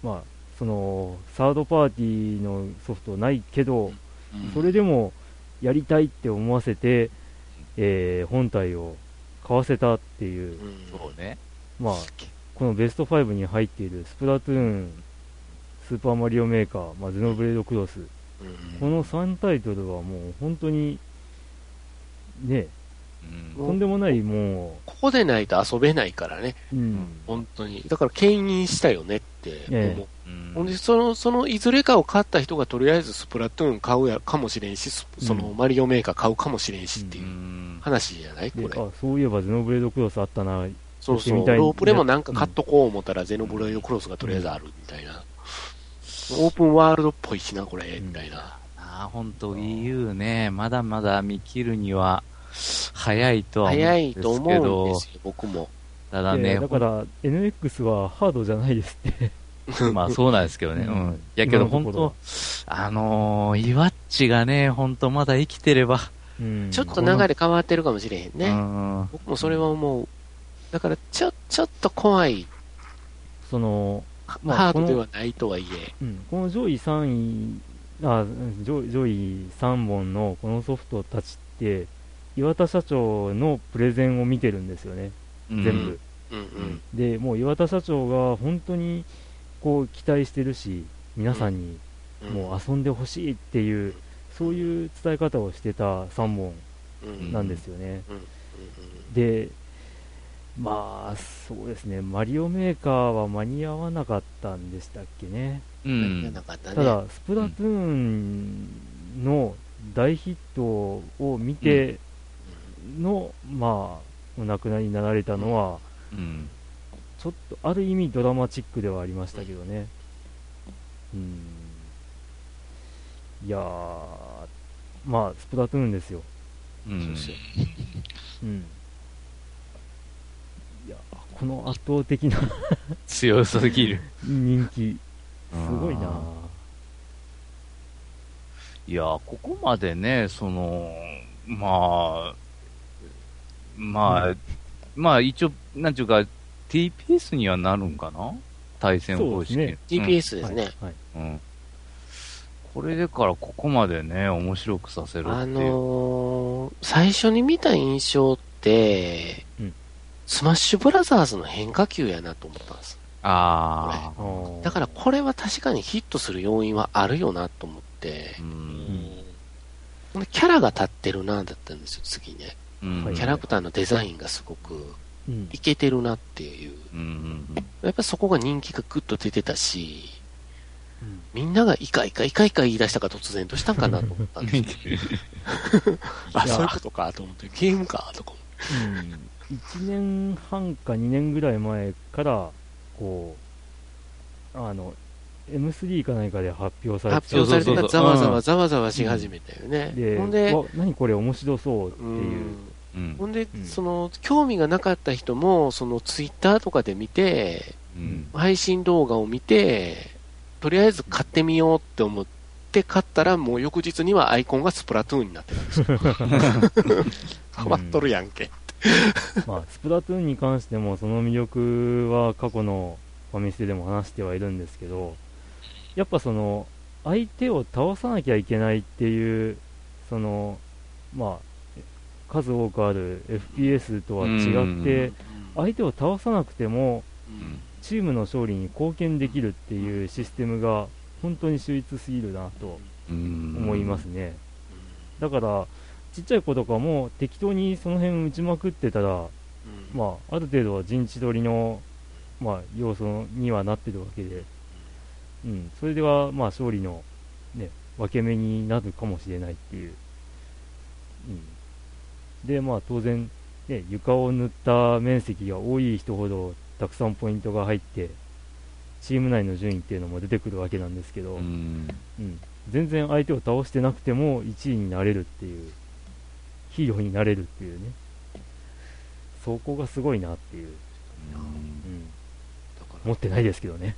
Speaker 1: まあ、その、サードパーティーのソフトないけど、それでもやりたいって思わせて、えー本体を買わせたっていう
Speaker 4: う、ん
Speaker 2: あ。そうね。
Speaker 1: まあ、このベスト5に入っているスプラトゥーン、スーパーマリオメーカー、まあ、ゼノブレードクロス、
Speaker 4: うん
Speaker 1: この3タイトルはもう本当に、ね、
Speaker 2: うん
Speaker 1: とんでもない、も
Speaker 4: ここでないと遊べないからね、
Speaker 1: う、うん、
Speaker 4: 本当に。だから、牽引したよねって思う。
Speaker 1: え
Speaker 2: うん
Speaker 4: ほんで、その、その、いずれかを買った人がとりあえずスプラトゥーン買うや、かもしれんし、スその、
Speaker 1: うん
Speaker 4: マリオメーカー買うかもしれんしっていううん話じゃない、
Speaker 1: で
Speaker 4: これ。
Speaker 1: あそういえばゼノブレードクロスあったな、
Speaker 4: そうそ
Speaker 1: やって
Speaker 4: う。
Speaker 1: みたい
Speaker 4: ロープレもなんか買っとこう思ったら、ゼノブロイドクロスがとりあえずあるみたいな。オープンワールドっぽいしな、これ、
Speaker 1: うん
Speaker 4: みたいな。
Speaker 2: ああ、ほんと EU ね、まだまだ見切るには早いとは思
Speaker 4: 早
Speaker 2: うん
Speaker 4: い
Speaker 2: です
Speaker 4: と思
Speaker 2: け
Speaker 4: うん
Speaker 2: ど
Speaker 4: で、すよ、僕も。
Speaker 2: ただ
Speaker 1: で
Speaker 2: ね、
Speaker 1: だから、NX はハードじゃないですって、
Speaker 2: まあそうなんですけどね。う
Speaker 1: うん
Speaker 2: ん。やけど
Speaker 1: 今
Speaker 2: 本
Speaker 1: のところ
Speaker 2: 当あのー、イワッチがね、本当まだ生きてれば。
Speaker 1: うん
Speaker 4: ちょっと流れ変わってるかもしれへん
Speaker 2: う
Speaker 4: ね。
Speaker 2: ん。
Speaker 4: 僕もそれは思う。だから、ちょ、ちょっと怖い。
Speaker 1: その、まあ
Speaker 4: ハー
Speaker 1: こ
Speaker 4: ド
Speaker 1: の
Speaker 4: ではないとはいえ。
Speaker 1: うんこの上位3位あ上、上位3本のこのソフトたちって、岩田社長のプレゼンを見てるんですよね、
Speaker 2: 全
Speaker 1: 全部。
Speaker 4: うんうん。
Speaker 1: でもう岩田社長が本当にこう期待してるし、皆さんに
Speaker 4: うん
Speaker 1: もう遊んでほしいっていう、そういう伝え方をしてた3本
Speaker 4: うん
Speaker 1: なんですよね。
Speaker 4: うん
Speaker 1: で、まあ、そうですね、マリオメーカーは間に合わなかったんでしたっけね。
Speaker 2: う
Speaker 4: うんん。なかったね。
Speaker 1: ただ、スプラトゥーンの大ヒットを見ての、まあ、お亡くなりになられたのは、
Speaker 2: うん。
Speaker 1: ちょっとある意味ドラマチックではありましたけどね。うん。いやー、まあ、スプラトゥーンですよ。
Speaker 2: う
Speaker 4: そうんですよ
Speaker 1: うん。いやーこの圧倒的な
Speaker 2: 強すぎる。
Speaker 1: 人気、すごいな
Speaker 2: あーいや、ここまでね、その、まあ、まあ、まあ一応、なんちゅうか、TPS にはなるんかな対戦方式。
Speaker 1: そうで
Speaker 4: GPS ですね。
Speaker 1: はい。
Speaker 2: うん、うんこれでからここまでね、面白くさせるっていう。
Speaker 4: あのー最初に見た印象って、
Speaker 1: うん
Speaker 4: スマッシュブラザーズの変化球やなと思ったんです。
Speaker 2: あ
Speaker 1: あー
Speaker 4: だからこれは確かにヒットする要因はあるよなと思って
Speaker 2: ー、う、ん
Speaker 3: う
Speaker 4: キャラが立ってるなだったんですよ、次ね。
Speaker 2: うん
Speaker 1: はい
Speaker 4: キャラクターのデザインがすごく
Speaker 1: うん
Speaker 4: いけてるなっていう。
Speaker 2: うんうん
Speaker 4: やっぱそこが人気がグッと出てたし、みんながイカイカイカイカ言い出したから突然 どうしたんかなと思ったんですよ。あ、そういうことかと思って、ゲームかとか思って
Speaker 1: 1年半か2年ぐらい前からこうあの M3 か何かで発表されて
Speaker 4: 発
Speaker 1: た
Speaker 4: 表されて
Speaker 2: そうそう
Speaker 4: た
Speaker 2: そう
Speaker 4: ざわざわざわざわし始めたよね。
Speaker 1: で
Speaker 4: ほんで、
Speaker 1: わ何これ面白そうって
Speaker 4: う、
Speaker 1: いうん
Speaker 2: うん
Speaker 4: ほんで、
Speaker 1: うん
Speaker 4: その、興味がなかった人も、その、ツイッターとかで見て、
Speaker 2: うん
Speaker 4: 配信動画を見て、とりあえず買ってみようって思って買ったら、もう翌日にはアイコンがスプラトゥーンになってたんですよ。変わっとるやんけ。
Speaker 1: まあ、スプラトゥーンに関してもその魅力は過去のお店でも話してはいるんですけどやっぱその相手を倒さなきゃいけないっていうそのまあ数多くある FPS とは違って
Speaker 4: うん
Speaker 1: 相手を倒さなくても
Speaker 4: うん
Speaker 1: チームの勝利に貢献できるっていうシステムが本当に秀逸すぎるなと
Speaker 2: うん
Speaker 1: 思いますね、だからちっちゃい子とかも適当にその辺打ちまくってたら
Speaker 4: うん
Speaker 1: まあ、ある程度は陣地取りの、まあ、要素にはなってるわけで、うん、それでは、まあ、勝利の、ね、分け目になるかもしれないっていう。うん、で、まあ、当然、ね、床を塗った面積が多い人ほど、たくさんポイントが入って、チーム内の順位っていうのも出てくるわけなんですけど、
Speaker 2: うん
Speaker 1: うん、全然相手を倒してなくても1位になれるっていうヒーローになれるっていうねそこがすごいなっていう、うん、
Speaker 4: だから
Speaker 1: 持ってないですけどね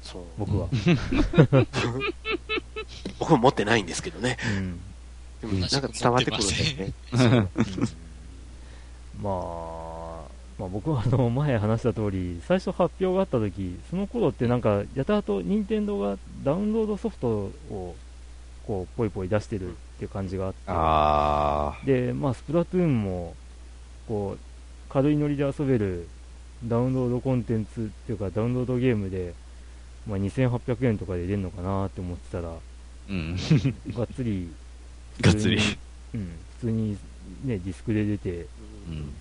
Speaker 4: そう
Speaker 1: 僕は、
Speaker 4: 僕も持ってないんですけどね。
Speaker 1: うん
Speaker 4: でもなんか伝わってくるんだよね。
Speaker 1: まあ、まあ僕はあの前話した通り最初発表があった時その頃ってなんかやたらと任天堂がダウンロードソフトをこうポイポイ出してるっていう感じがあって
Speaker 2: あ
Speaker 1: で、まあ、スプラトゥーンもこう軽いノリで遊べるダウンロードコンテンツっていうかダウンロードゲームで、まあ、2800円とかで入れるのかなって思ってたら
Speaker 2: ーうん
Speaker 1: がっつり
Speaker 2: がっつり、
Speaker 1: うん、普通に、ね、ディスクで出て
Speaker 2: うん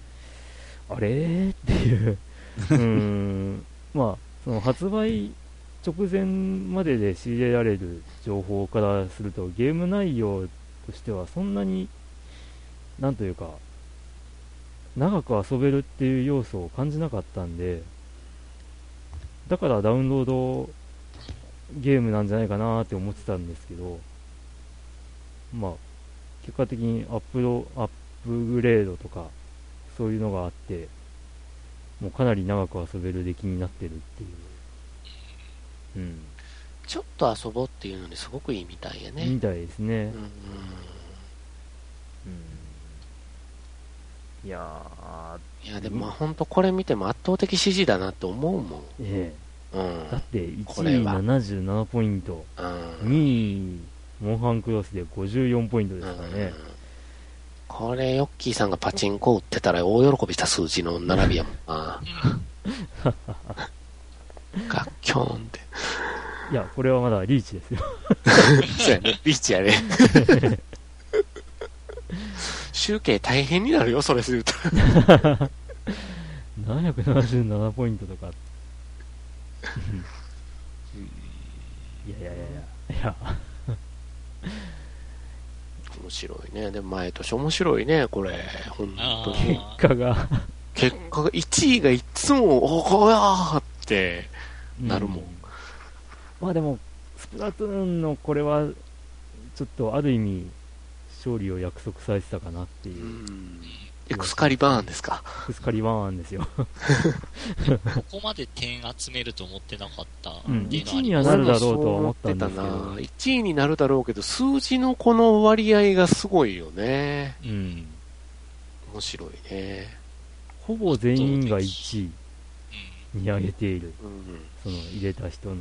Speaker 1: あれーっていううーんまあその発売直前までで仕入れられる情報からするとゲーム内容としてはそんなになんというか長く遊べるっていう要素を感じなかったんでだからダウンロードゲームなんじゃないかなって思ってたんですけどまあ結果的にアップロアップグレードとかそういうのがあってもうかなり長く遊べる出来になってるっていう、うん
Speaker 4: ちょっと遊ぼうっていうのにすごくいいみたいやね。
Speaker 1: みたいですね、
Speaker 4: うんうん
Speaker 1: いやー
Speaker 4: いや、でもまあ本当これ見ても圧倒的支持だなって思うもん。
Speaker 1: え
Speaker 4: うん。
Speaker 1: えだって
Speaker 4: これ
Speaker 1: 1位
Speaker 4: は
Speaker 1: 77ポイント
Speaker 4: うん。
Speaker 1: 2位モンハンクロスで54ポイントですからね、
Speaker 4: これ、ヨッキーさんがパチンコ売ってたら大喜びした数字の並びやもん な。ガッキョーンって。
Speaker 1: いやこれはまだリーチですよ
Speaker 4: そうやね。ビーチやね。集計大変になるよ、それすると。
Speaker 1: 777ポイントとかいやいやいやいやいや
Speaker 4: 面白いね。でも毎年面白いね、これ。本
Speaker 3: ん
Speaker 4: 当
Speaker 3: あ
Speaker 4: に。
Speaker 3: ー
Speaker 1: 結果が
Speaker 4: 結果が、1位がいつも、おこやーって。なるもん
Speaker 1: まあでもスプラトゥーンのこれはちょっとある意味勝利を約束されてたかなって
Speaker 4: う。
Speaker 1: いうん
Speaker 4: エクスカリバーンですか。
Speaker 1: クスカリワンですよ、
Speaker 3: ここまで点集めると思ってなかったって
Speaker 1: うん、
Speaker 3: いう
Speaker 1: 1
Speaker 3: のはあ
Speaker 1: 位に
Speaker 3: り
Speaker 1: は
Speaker 3: ます
Speaker 1: なるだろうとは思ったんですけ
Speaker 4: 俺もそう
Speaker 1: ど
Speaker 4: 思ってたな1位になるだろうけど、数字のこの割合がすごいよね。
Speaker 3: うん。
Speaker 4: う面白いね。
Speaker 1: ほぼ全員が1位
Speaker 3: うん。
Speaker 1: に上げている、
Speaker 4: うん。
Speaker 1: その入れた人の。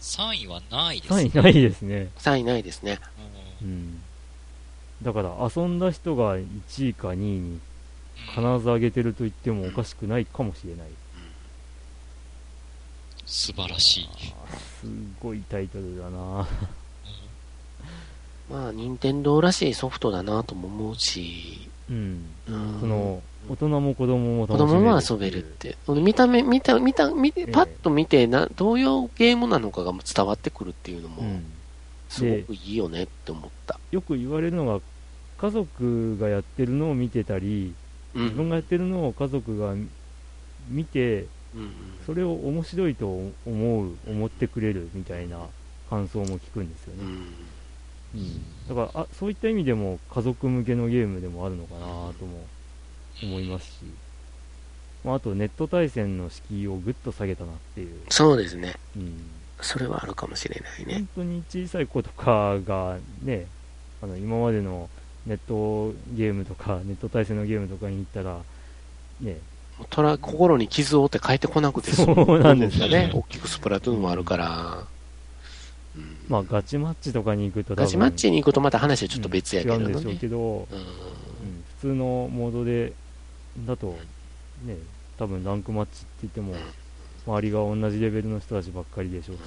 Speaker 3: 3位はないです。
Speaker 1: 3位ないですね。
Speaker 4: 3位ないですね。
Speaker 3: うん
Speaker 1: うん。だから、遊んだ人が1位か2位に必
Speaker 3: うん
Speaker 1: ず上げてると言ってもおかしくないかもしれない。
Speaker 3: 素晴らしい。
Speaker 1: すごいタイトルだな
Speaker 4: まあ、任天堂らしいソフトだなとも思うし、
Speaker 1: うん。
Speaker 4: うん
Speaker 1: その、大人も子供も
Speaker 4: 子
Speaker 1: 楽しめる。
Speaker 4: 供も遊べるって。見た目、見た、見た、見て、
Speaker 1: ええ
Speaker 4: パッと見てな、どういうゲームなのかが伝わってくるっていうの
Speaker 1: う
Speaker 4: も、
Speaker 1: ん。
Speaker 4: すごくいいよねって思った。
Speaker 1: よく言われるのが、家族がやってるのを見てたり、
Speaker 4: うん。
Speaker 1: 自分がやってるのを家族が見て、
Speaker 4: うんうん
Speaker 1: それを面白いと思う、思ってくれるみたいな感想も聞くんですよ
Speaker 4: う
Speaker 1: ね。
Speaker 4: ん
Speaker 1: うん、だからあ、そういった意味でも家族向けのゲームでもあるのかなとも思いますし、まあ、あとネット対戦の敷居をぐっと下げたなっていう、
Speaker 4: そうですね。
Speaker 1: うん、
Speaker 4: それはあるかもしれないね
Speaker 1: 本。当に小さい子とかがね、あの今までのネットゲームとか、ネット対戦のゲームとかに行ったら、ね、
Speaker 4: トラ、心に傷を負って帰ってこなくて済む
Speaker 1: そうなんです
Speaker 3: よね
Speaker 4: ね。大きくスプラトゥーンもあるから。うん
Speaker 1: まあ、ガチマッチとかに行くと多分、
Speaker 4: ガチマッチに行くとまた話はちょっと別やけど
Speaker 1: うん
Speaker 4: ね。
Speaker 1: 違うんでしょうけど、
Speaker 4: う
Speaker 1: う
Speaker 4: ん
Speaker 1: ん普通のモードでだと、ね、多分ランクマッチって言っても、周りが同じレベルの人たちばっかりでしょうし、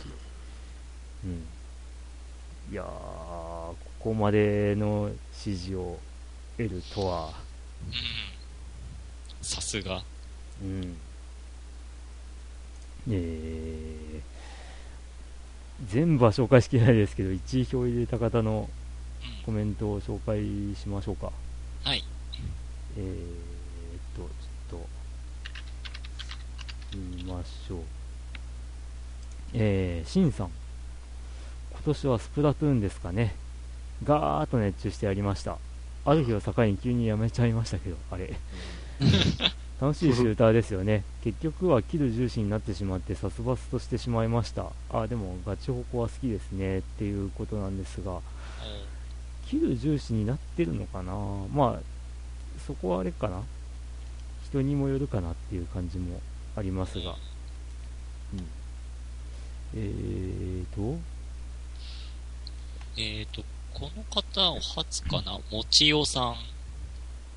Speaker 1: うん、いやー、ここまでの支持を得るとは、
Speaker 3: うんさすが。
Speaker 1: うん、えー、全部は紹介しきれないですけど、1位票入れた方の
Speaker 3: うん
Speaker 1: コメントを紹介しましょうか。
Speaker 3: はい。
Speaker 1: えーっと、ちょっと、見ましょう。えー、シンさん。今年はスプラトゥーンですかね。ガーッと熱中してやりました。ある日を境に急にやめちゃいましたけど、あれ。楽しいシューターですよね。結局はキル重視になってしまって殺伐としてしまいました。あ、でもガチホコは好きですね。っていうことなんですが、キル重視になってるのかなまあそこはあれかな人にもよるかなっていう感じもありますが、うん、えーと
Speaker 3: えっ、と、この方、お初かな、もちおさ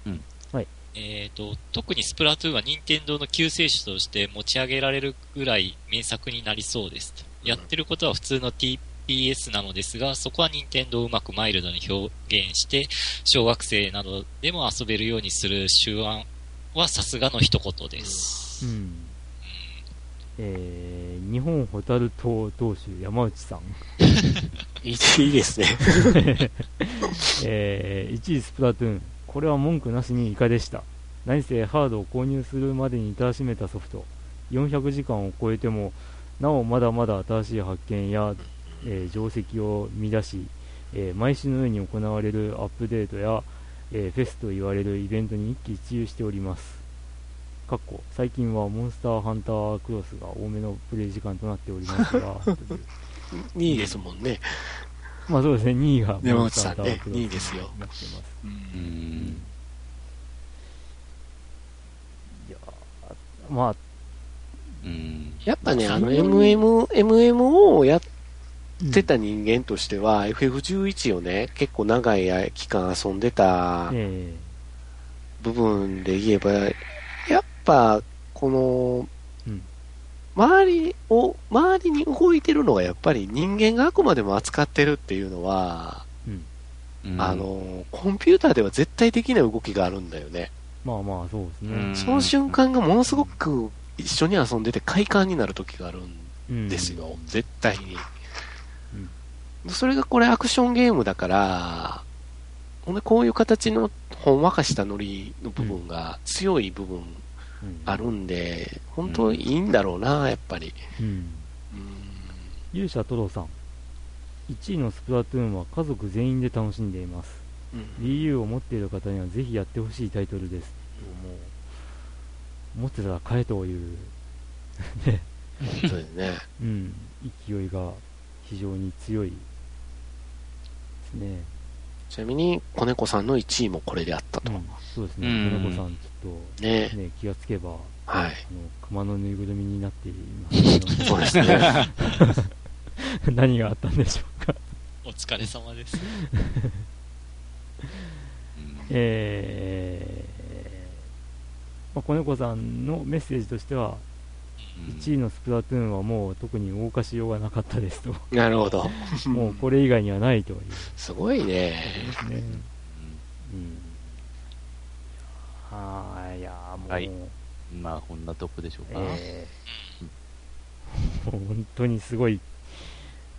Speaker 3: ん。
Speaker 2: うん
Speaker 1: はい。
Speaker 3: えっ、と、特にスプラトゥーンは任天堂の救世主として持ち上げられるぐらい名作になりそうですと。
Speaker 4: うん
Speaker 3: やってることは普通の TPS なのですが、そこは任天堂をうまくマイルドに表現して、小学生などでも遊べるようにする手腕はさすがの一言です。
Speaker 1: うんえー、日本ホタル島当主山内さん、
Speaker 4: いいいいですね。
Speaker 1: えー、1位スプラトゥーンこれは文句なしにイカでした何せハードを購入するまでに至らしめたソフト400時間を超えてもなおまだまだ新しい発見や、えー定石を見出し、えー毎週のように行われるアップデートや、えーフェスと言われるイベントに一喜一憂しておりますかっこ最近はモンスターハンタークロスが多めのプレイ時間となっておりますがという
Speaker 4: 2位ですもんね。
Speaker 1: まあそうですね2位が
Speaker 4: 山
Speaker 1: モン
Speaker 4: 内
Speaker 1: スター
Speaker 4: さ
Speaker 1: ハン
Speaker 4: ん
Speaker 1: タ
Speaker 4: ね
Speaker 1: ー、クロス
Speaker 4: 2
Speaker 1: に
Speaker 4: 位ですよ。
Speaker 1: なってます
Speaker 2: うん
Speaker 1: いやーまあ
Speaker 2: うん
Speaker 4: やっぱね、あの、
Speaker 1: うん
Speaker 4: MM、MMO をやってた人間としては、FF11 をね、結構長い期間遊んでた
Speaker 1: え
Speaker 4: 部分で言えば、やっぱ、この、
Speaker 1: うん
Speaker 4: 周りを、周りに動いてるのがやっぱり人間があくまでも扱ってるっていうのは、
Speaker 1: えうん、
Speaker 2: うん
Speaker 4: あの、コンピューターでは絶対できない動きがあるんだよね。
Speaker 1: まあまあそうですね、
Speaker 2: うん
Speaker 4: その瞬間がものすごく一緒に遊んでて快感になる時があるん
Speaker 1: うん
Speaker 4: ですよ。絶対に。
Speaker 1: うん
Speaker 4: それがこれアクションゲームだから、ほんでこういう形のほんわかしたノリの部分が強い部分
Speaker 1: うん
Speaker 4: あるんで、本当いいんだろうな、やっぱり。
Speaker 1: うん
Speaker 4: うん
Speaker 1: 勇者トロさん1位のスプラトゥーンは家族全員で楽しんでいます Wii U を持っている方にはぜひやってほしいタイトルですもう持ってたら買えという、
Speaker 4: そうですね。
Speaker 1: うん、勢いが非常に強いですね
Speaker 4: ちなみに、子猫さんの1位もこれであったと。
Speaker 1: うんそうですね、
Speaker 2: うん
Speaker 1: 金子さん、ちょっ
Speaker 4: ね
Speaker 1: と、ね、気がつけば、あ
Speaker 4: はい。
Speaker 1: の熊のぬいぐるみになっていますけ
Speaker 4: そうですね。
Speaker 1: ど 何があったんでしょうか。
Speaker 3: お疲れ様です。
Speaker 1: えーまあ、子猫さんのメッセージとしては、1位のスプラトゥーンはもう特に動かしようがなかったですと、
Speaker 4: なるほど。
Speaker 1: もうこれ以外にはないというこ
Speaker 4: すごいね。
Speaker 1: とですね。うん、はーい、いやーもう、
Speaker 2: はいうんまあ、こんなとこでしょうか。
Speaker 1: えー もう本当にすごい。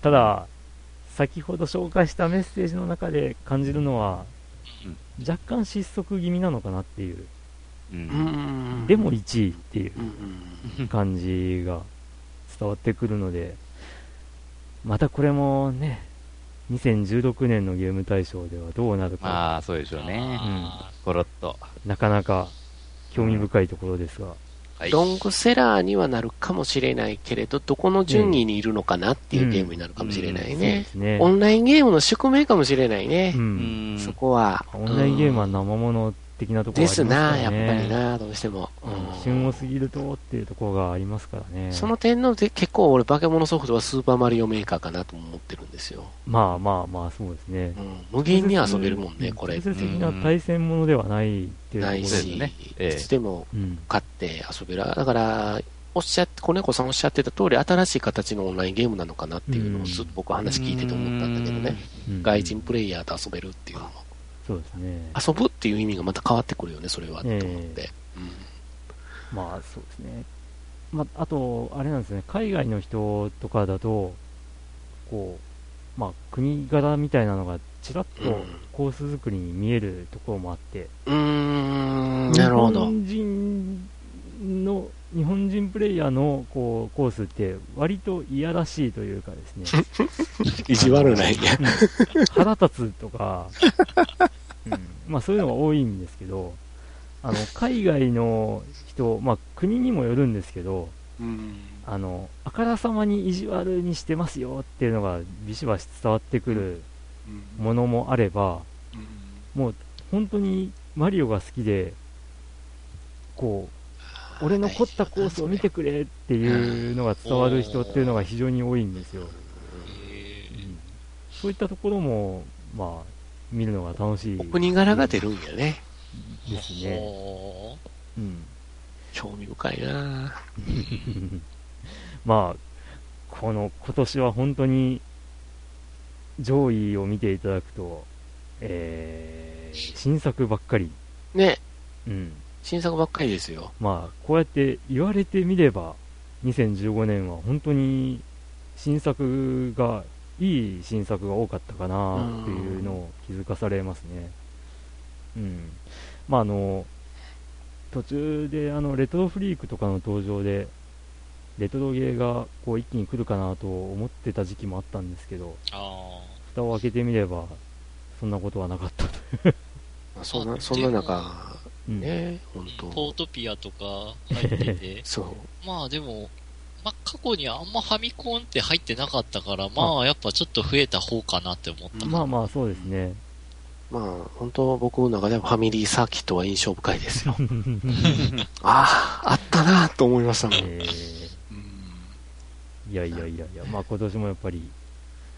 Speaker 1: ただ、先ほど紹介したメッセージの中で感じるのは、若干失速気味なのかなっていう、
Speaker 2: うん
Speaker 4: うん
Speaker 1: でも、1位っていううん感じが伝わってくるので、またこれもね、2016年のゲーム大賞ではどうなるか、
Speaker 2: まあ、そうでしょうね。
Speaker 3: あ
Speaker 2: コロッと。
Speaker 1: なかなか興味深いところですが、
Speaker 2: はい。
Speaker 4: ロングセラーにはなるかもしれないけれど、どこの順位にいるのかなっていうゲームになるかもしれない
Speaker 1: そうで
Speaker 4: ね。
Speaker 1: すね。
Speaker 4: オンラインゲームの宿命かもしれないね
Speaker 1: う。
Speaker 2: うんん
Speaker 4: そこは。
Speaker 1: オンラインゲームは
Speaker 4: うん
Speaker 1: 生もの的なところ
Speaker 4: で
Speaker 1: がありますから
Speaker 4: すな、
Speaker 1: ね。
Speaker 4: やっぱりな、どうしても。
Speaker 1: うん。
Speaker 4: うん
Speaker 1: 旬を過ぎるとっていうところがありますからね。
Speaker 4: その点ので結構俺、化け物ソフトはスーパーマリオメーカーかなとも思ってるんですよ。
Speaker 1: まあまあまあ、そうですね
Speaker 4: う。ん、無限に遊べるもんね、これ
Speaker 1: 直。接的な対戦ものではないっていうところ
Speaker 4: ない
Speaker 1: で
Speaker 2: う
Speaker 4: し、
Speaker 2: んねええ
Speaker 4: いつでも
Speaker 1: うん。
Speaker 4: 買って遊べる。だから、おっしゃって、子猫さんおっしゃってた通り、新しい形のオンラインゲームなのかなっていうの
Speaker 1: う
Speaker 4: を、
Speaker 1: ん
Speaker 4: ずっと僕は話聞いてて思ったんだけどね。
Speaker 1: うん
Speaker 4: 外人プレイヤーと遊べるっていうのも。
Speaker 1: そうですね。
Speaker 4: 遊ぶっていう意味がまた変わってくるよね、それは、と思って。
Speaker 1: まあそうですね。まあ、あと、あれなんですね、海外の人とかだと、こう、まあ国柄みたいなのがちらっ
Speaker 4: うん
Speaker 1: とコース作りに見えるところもあって、
Speaker 4: うん、うーん、なるほ
Speaker 1: 日
Speaker 4: ど。
Speaker 1: 本人の日本人プレイヤーのこうコースって割といやらしいというかですね
Speaker 4: 意地悪ないね。
Speaker 1: うん腹立つとか、うんまあ、そういうのが多いんですけどあの海外の人、まあ、国にもよるんですけど
Speaker 4: うん。
Speaker 1: あのあからさまに意地悪にしてますよっていうのがビシバシ伝わってくるものもあればもう本当にマリオが好きでこう俺の凝ったコースを見てくれっていうのが伝わる人っていうのが非常に多いんですよ、
Speaker 3: ーへ
Speaker 1: そういったところも、まあ、見るのが楽しい
Speaker 4: お国柄が出るんやね。
Speaker 3: ー
Speaker 1: ですね、
Speaker 3: ほ
Speaker 1: うん、
Speaker 4: 興味深いな
Speaker 1: まあこの今年は本当に上位を見ていただくと、えー新作ばっかり、
Speaker 4: ね、
Speaker 1: うん、
Speaker 4: 新作ばっかりですよ。
Speaker 1: まあこうやって言われてみれば2015年は本当に新作がいい新作が多かったかなっていうのを気づかされますねうんまああの途中であのレトロフリークとかの登場でレトロゲーがこう一気に来るかなと思ってた時期もあったんですけど
Speaker 3: ーあ
Speaker 1: 蓋を開けてみればそんなことはなかったと
Speaker 4: まあそん
Speaker 3: あ
Speaker 4: な、そんな中、
Speaker 1: いう、うん、
Speaker 4: ね、本
Speaker 3: ーポー
Speaker 4: 当、
Speaker 3: トピアとか入ってて
Speaker 4: そう。
Speaker 3: まあでも、まあ過去にあんまファミコンって入ってなかったから、まあやっぱちょっと増えた方かなって思った。
Speaker 1: まあまあそうですね
Speaker 4: まあ、本当僕の中ではファミリーサーキットは印象深いですよ。ああ、あったなと思いましたもん。
Speaker 1: えーいやいやいやいや、まあ今年もやっぱり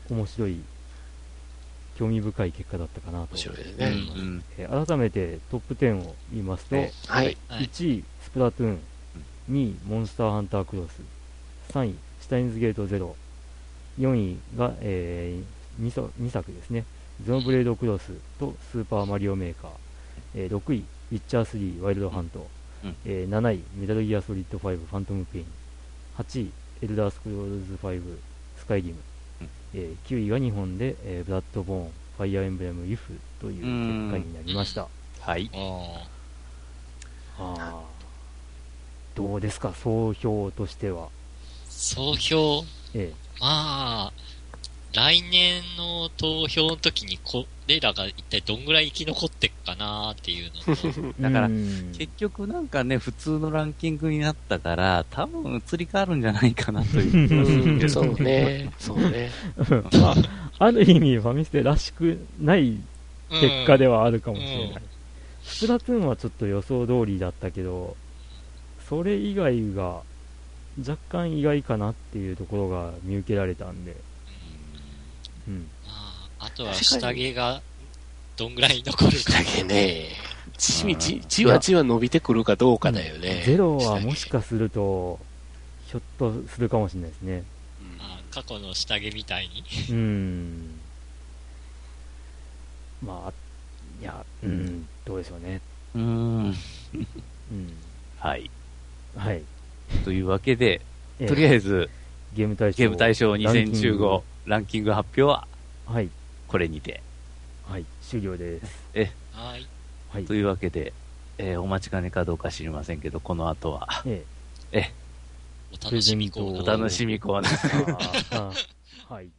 Speaker 1: 面白い、興味深い結果だったかなと
Speaker 4: 面白いです
Speaker 2: う
Speaker 4: ね。
Speaker 2: ん。
Speaker 1: えー改めてトップ10を言いますと、
Speaker 2: え
Speaker 4: はい。
Speaker 3: はい。
Speaker 1: 1位、スプラトゥーン、2位、モンスターハンタークロス、3位、シュタインズゲートゼロ、4位が、え 2, 作ですね、ゼノブレードクロスとスーパーマリオメーカー、えー6位、ウィッチャー3、ワイルドハント、
Speaker 2: うん
Speaker 1: えー7位、メタルギアソリッド5、ファントムペイン、8位、エルダースクロールズ5、スカイリム、
Speaker 2: うん
Speaker 1: えー9位が日本で、えーブラッドボーン、ファイアーエンブレム、イフという結果になりました。
Speaker 2: はい。
Speaker 3: あ
Speaker 1: あーどうですか、総評としては。
Speaker 3: ー総評、
Speaker 1: え
Speaker 3: まあ、来年の投票の時にこれらが一体どんぐらい生き残ってっかなっていう のと、
Speaker 1: え、
Speaker 2: だから
Speaker 1: うん
Speaker 2: 結局なんかね、普通のランキングになったから、多分移り変わるんじゃないかなと いう気がするん
Speaker 4: う
Speaker 2: で
Speaker 4: ん、
Speaker 2: す
Speaker 4: そ
Speaker 2: け
Speaker 4: うね。そうね。
Speaker 2: ど。まあ
Speaker 1: ある意味、ファミステらしくない
Speaker 3: うん
Speaker 1: 結果ではあるかもしれない、スプラトゥーンはちょっと予想通りだったけどそれ以外が若干意外かなっていうところが見受けられたんで、うん、
Speaker 3: まあ、あとは下着がどんぐらい残るか。
Speaker 4: だけね、じ
Speaker 2: うん
Speaker 4: じじわじわ伸びてくるかどうかだよね。
Speaker 1: ゼロはもしかするとひょっとするかもしれないですね
Speaker 3: あ過去の下着みたいに。
Speaker 1: うんまあいやうんどうでしょうね
Speaker 2: うん。
Speaker 1: うん
Speaker 2: はい。
Speaker 1: はい
Speaker 2: というわけで、
Speaker 1: え
Speaker 2: とりあえず、
Speaker 1: ゲーム対象
Speaker 2: ゲーム大
Speaker 1: ラ
Speaker 2: 賞
Speaker 1: ンキング
Speaker 2: 2015ランキング発表は
Speaker 1: はい
Speaker 2: これにて。
Speaker 1: はい終了です
Speaker 3: はい。
Speaker 1: はい
Speaker 2: というわけで、えーお待ちかねかどうか知りませんけど、この後は、
Speaker 1: え
Speaker 2: え
Speaker 3: お楽しみコー
Speaker 1: お
Speaker 2: ー、
Speaker 3: ナ
Speaker 2: お
Speaker 3: ー
Speaker 2: 楽しみコーナー。
Speaker 1: えあー はい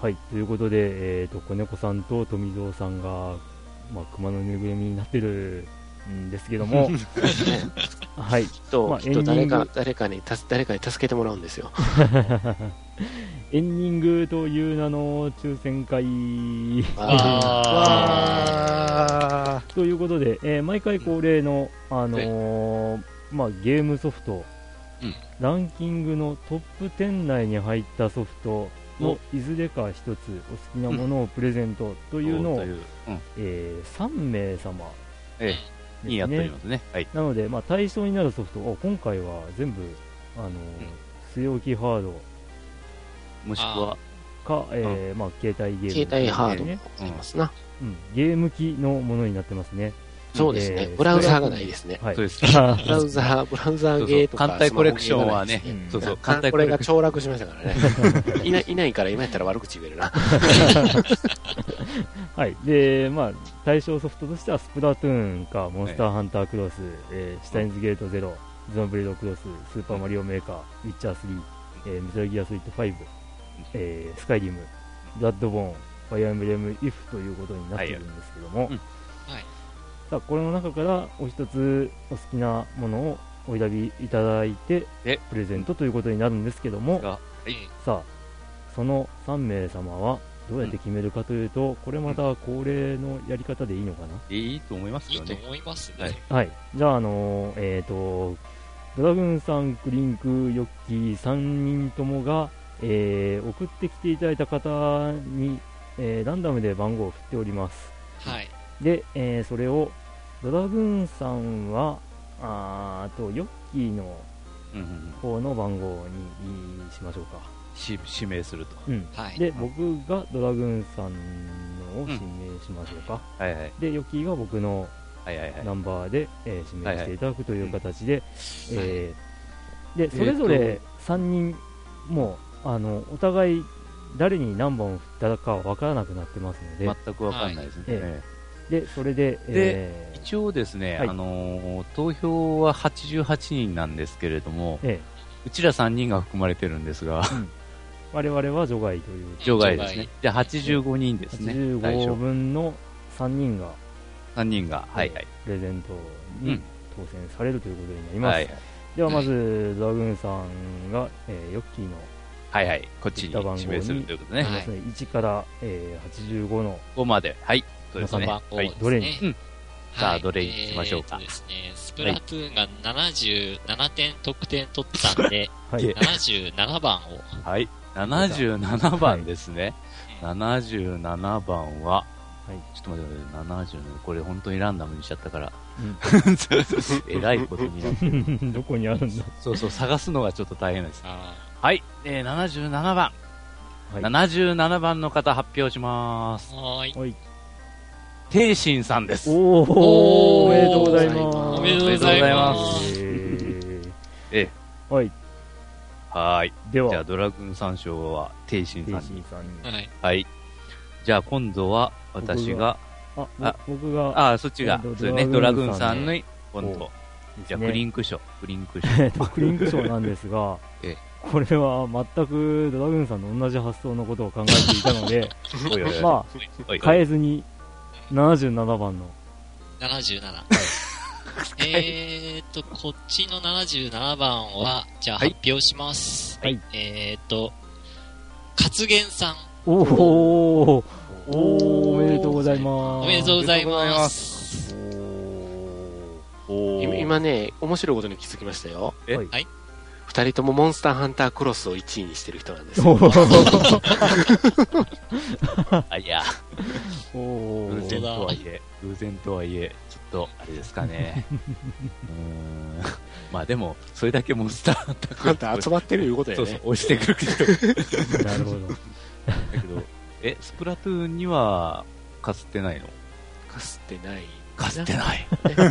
Speaker 1: はい、ということで、えー、と子猫さんと富蔵さんが、まあ、熊のぬいぐるみになってるんですけども、 はい、
Speaker 4: きっと、
Speaker 1: まあ
Speaker 4: きっと誰
Speaker 1: エンディング、
Speaker 4: か誰かに助、誰かに助けてもらうんですよ。
Speaker 1: エンディングという名の抽選会
Speaker 3: あ
Speaker 1: ということで、えー毎回恒例の、あのーまあ、ゲームソフト、
Speaker 4: うん
Speaker 1: ランキングのトップ10内に入ったソフトのいずれか一つお好きなものをプレゼントというのを、
Speaker 2: といううん
Speaker 1: え3名様
Speaker 2: え
Speaker 1: です
Speaker 2: え、
Speaker 1: ね
Speaker 2: にやっておりますね。はい。
Speaker 1: なので、まあ、対象になるソフトを今回は全部、あのー据え置きハード
Speaker 2: もしくは、
Speaker 1: か、えーまあ、携帯ゲーム、
Speaker 4: 携帯ハード
Speaker 1: ね、
Speaker 4: ありますな。
Speaker 1: うん、ゲーム機のものになってますね、
Speaker 4: そうですね
Speaker 1: え。ー
Speaker 4: ブラウザーがないですね。
Speaker 1: はい、
Speaker 2: そうです。
Speaker 1: あ
Speaker 4: ブラウザー、ブラウザーゲーとか。
Speaker 2: そうそう艦隊コレクションはね
Speaker 4: スマホゲーがないです
Speaker 2: そうそう、
Speaker 4: 簡
Speaker 2: 艦隊
Speaker 4: 単こ
Speaker 2: コレ
Speaker 4: れ
Speaker 2: ク
Speaker 4: が
Speaker 2: ション
Speaker 4: 凋落しましたからね。いないいないから今やったら悪口言えるな。
Speaker 1: はいでまあ、対象ソフトとしてはスプラトゥーンかモンスターハンタークロス、えーシュタインズゲートゼロズノブレードクロススーパーマリオメーカーウィッチャー3、えー、メタルギアソリッド5、えースカイリムブラッドボーンファイアーエンブレムイフということになってるんですけども、
Speaker 2: はいうん
Speaker 3: はい
Speaker 1: さあこれの中からお一つお好きなものをお選びいただいて
Speaker 2: え
Speaker 1: プレゼントということになるんですけども
Speaker 2: が
Speaker 1: さあその3名様はどうやって決めるかというと、これまた恒例のやり方でいいのかな、
Speaker 2: いいと思います
Speaker 3: いい
Speaker 2: よ
Speaker 3: と
Speaker 2: ね。
Speaker 3: 思いますね。
Speaker 2: はい
Speaker 1: はいじゃああのーえっ、とドラグーンさんクリンクヨッキー3人ともが、えー送ってきていただいた方に、えーランダムで番号を振っております
Speaker 3: はい。
Speaker 1: で、えーそれをドラグーンさんはあーあとヨッキーの
Speaker 2: うんうんうん
Speaker 1: 方の番号にしましょうか
Speaker 2: し指名すると。
Speaker 1: うん
Speaker 3: はい。
Speaker 1: で、僕がドラグーンさんのを指名しましょうか、
Speaker 2: はいはい。
Speaker 1: で、ヨッキーが僕の
Speaker 2: はいはいはい
Speaker 1: ナ。ンバーで、えー指名していただくという形で、
Speaker 3: うん
Speaker 1: えーで、それぞれ3人、もう、あの、お互い、誰に何本振ったかは分からなくなってますので、
Speaker 2: 全くわかんないですね。
Speaker 1: はい
Speaker 2: え
Speaker 1: で、それで、
Speaker 2: え
Speaker 1: えー
Speaker 2: 一応ですね、
Speaker 1: はい
Speaker 2: あのー投票は88人なんですけれども、
Speaker 1: え
Speaker 2: うちら3人が含まれてるんですが、
Speaker 1: 我々は除外という、
Speaker 2: 除外ですね。じゃあ85人ですね。対
Speaker 1: 85
Speaker 2: 象。
Speaker 1: 分の3人が
Speaker 2: 3人が。はいはい。
Speaker 1: プレゼント
Speaker 2: う
Speaker 1: に
Speaker 2: ん
Speaker 1: 当選されるということになります。
Speaker 2: はいはい
Speaker 1: では、まず、ドラグーンさんが、えーヨッキーの
Speaker 2: はいはい。こっちに指名するということね。
Speaker 3: はい
Speaker 1: そうですね1から、えー85の、
Speaker 2: ここまで。はい。そうですね。
Speaker 3: 番号
Speaker 2: は
Speaker 3: です
Speaker 2: い
Speaker 3: ね。。
Speaker 1: どれに
Speaker 2: うんさあどれにしましょうか
Speaker 3: えーとですね、スプラトゥーンが77点得点取ったんで、
Speaker 1: はい
Speaker 2: で
Speaker 3: 77番を。
Speaker 2: はい。77番ですね。
Speaker 3: はい
Speaker 2: 77番は、
Speaker 1: はい
Speaker 2: ちょっと待ってください、70、これ本当にランダムにしちゃったから、
Speaker 4: ん
Speaker 2: えらいことになってる。
Speaker 1: どこにあるんだ、
Speaker 2: そうそう、探すのがちょっと大変です。
Speaker 3: あ
Speaker 2: はい、えー、77番、
Speaker 1: はい
Speaker 2: 77番の方発表します。
Speaker 3: ーはーい。
Speaker 1: はい、
Speaker 2: 天心さんです。
Speaker 1: おーおめでとうございます
Speaker 4: お
Speaker 3: めでとうございます
Speaker 1: えー
Speaker 2: え
Speaker 1: はい
Speaker 2: はーい。
Speaker 1: で
Speaker 2: じゃあ、
Speaker 1: は
Speaker 2: ドラグーン三章は天心
Speaker 1: 天
Speaker 2: さんに。
Speaker 1: 心さんに
Speaker 3: はい。
Speaker 2: はい。じゃあ、今度は私が、
Speaker 1: あ
Speaker 2: あ
Speaker 1: ぼ僕が
Speaker 2: ああ、そっちが、
Speaker 1: 今度
Speaker 2: そうね、ド
Speaker 1: ド
Speaker 2: ラ
Speaker 1: ラ
Speaker 2: グ
Speaker 1: グ
Speaker 2: ー
Speaker 1: ー
Speaker 2: ン
Speaker 1: ン
Speaker 2: さ
Speaker 1: さ
Speaker 2: ん
Speaker 1: ん
Speaker 2: の
Speaker 1: の
Speaker 2: 今度、
Speaker 1: ですね
Speaker 2: じゃあ、クリンク賞、クリンク賞。
Speaker 1: えっとクリンク賞なんですが
Speaker 2: え
Speaker 1: これは全くドラグーンさんと同じ発想のことを考えていたので、
Speaker 2: おいおいおい
Speaker 1: ま
Speaker 2: おいおい
Speaker 1: あ、変えずに77番の、
Speaker 3: 77。えーっと、こっちの77番は、じゃあ
Speaker 2: はい
Speaker 3: 発表します。
Speaker 1: はい
Speaker 3: えーっと、活言さん、
Speaker 1: おおおおめでとうございます。
Speaker 3: おめでとうござい
Speaker 2: おめでとうござい
Speaker 3: ま。
Speaker 2: ますおー
Speaker 4: 今今ね、面白いことに気づきましたよ。
Speaker 2: え
Speaker 1: はい
Speaker 4: 二人ともモンスターハンタークロスを1位にしてる人なんですよ。
Speaker 1: おー
Speaker 2: あい や、
Speaker 1: お
Speaker 2: 偶然
Speaker 1: ー
Speaker 2: とはいえ、偶然とはいえ、ちょっと、あれですか ね。うーん。まあでも、それだけモンスターハンターク
Speaker 4: ハンター集まってるいうことや
Speaker 2: そ
Speaker 4: ね。
Speaker 2: うそう、押してくる 人
Speaker 1: なるほど。
Speaker 2: だけど、え、スプラトゥーンには、かすってないの
Speaker 4: かすってない。
Speaker 2: かすってない。
Speaker 4: ね まだね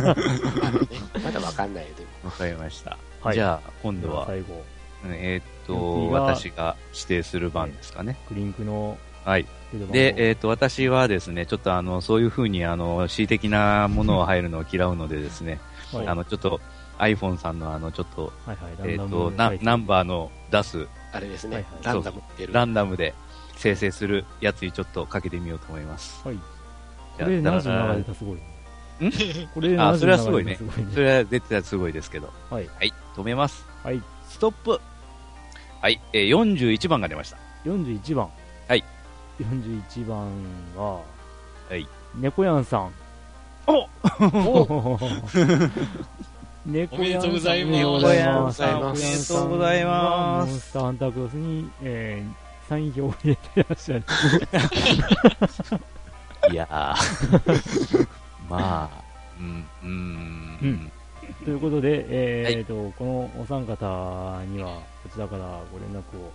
Speaker 4: まだわかんないよ、でも。
Speaker 2: わかりました。
Speaker 1: はい
Speaker 2: じゃあ、今度は、
Speaker 1: 最後、
Speaker 2: うんえーっ
Speaker 1: 次
Speaker 2: と、
Speaker 1: が
Speaker 2: 私が指定する番ですかね。
Speaker 1: クリンクの
Speaker 2: はい。
Speaker 1: 出る番号
Speaker 2: で、えーっと、私はですね、ちょっとあの、そういうふうに、あの、恣意的なものを入るのを嫌うのでですね、
Speaker 1: はい
Speaker 2: あの、ちょっと、iPhone さんのあの、ちょっと、
Speaker 1: はいはい、ラ
Speaker 2: え
Speaker 1: ンダ
Speaker 2: ーっ
Speaker 1: ム
Speaker 2: と、
Speaker 1: で
Speaker 2: な
Speaker 1: 書いて
Speaker 2: ナンバーの出す、
Speaker 4: あれですね、
Speaker 1: はいはい
Speaker 4: ランダムってる。
Speaker 2: ランダムで生成するやつにちょっとかけてみようと思います。
Speaker 1: はい。
Speaker 2: じ
Speaker 1: こ
Speaker 2: ゃあ
Speaker 1: れ
Speaker 2: だ
Speaker 1: 77出た
Speaker 2: ら
Speaker 1: らすごい。
Speaker 2: ん
Speaker 1: これ
Speaker 2: あ
Speaker 1: 77
Speaker 2: それはすごい
Speaker 1: 出た
Speaker 2: ね
Speaker 1: らすごいね。
Speaker 2: それは絶対すごいですけど。
Speaker 1: はい。
Speaker 2: はい、止めます。
Speaker 1: はい。
Speaker 2: ストップ。はい、えー、41番が出ました。
Speaker 1: 41番。
Speaker 2: はい。
Speaker 1: 41番は、
Speaker 2: はい。
Speaker 1: 猫やんさん。
Speaker 2: お
Speaker 1: お猫やんさん
Speaker 3: おめでとうございます
Speaker 1: おめでとうございます。
Speaker 4: おめ
Speaker 2: でとうございます
Speaker 1: モンスターハンタークロスに、えー、サイン票を入れてらっしゃる。
Speaker 2: いやー。 まあ、うん、う
Speaker 1: う
Speaker 2: ん、
Speaker 1: んということで、
Speaker 2: は
Speaker 1: えー
Speaker 2: い
Speaker 1: とこのお三方にはこちらからご連絡を、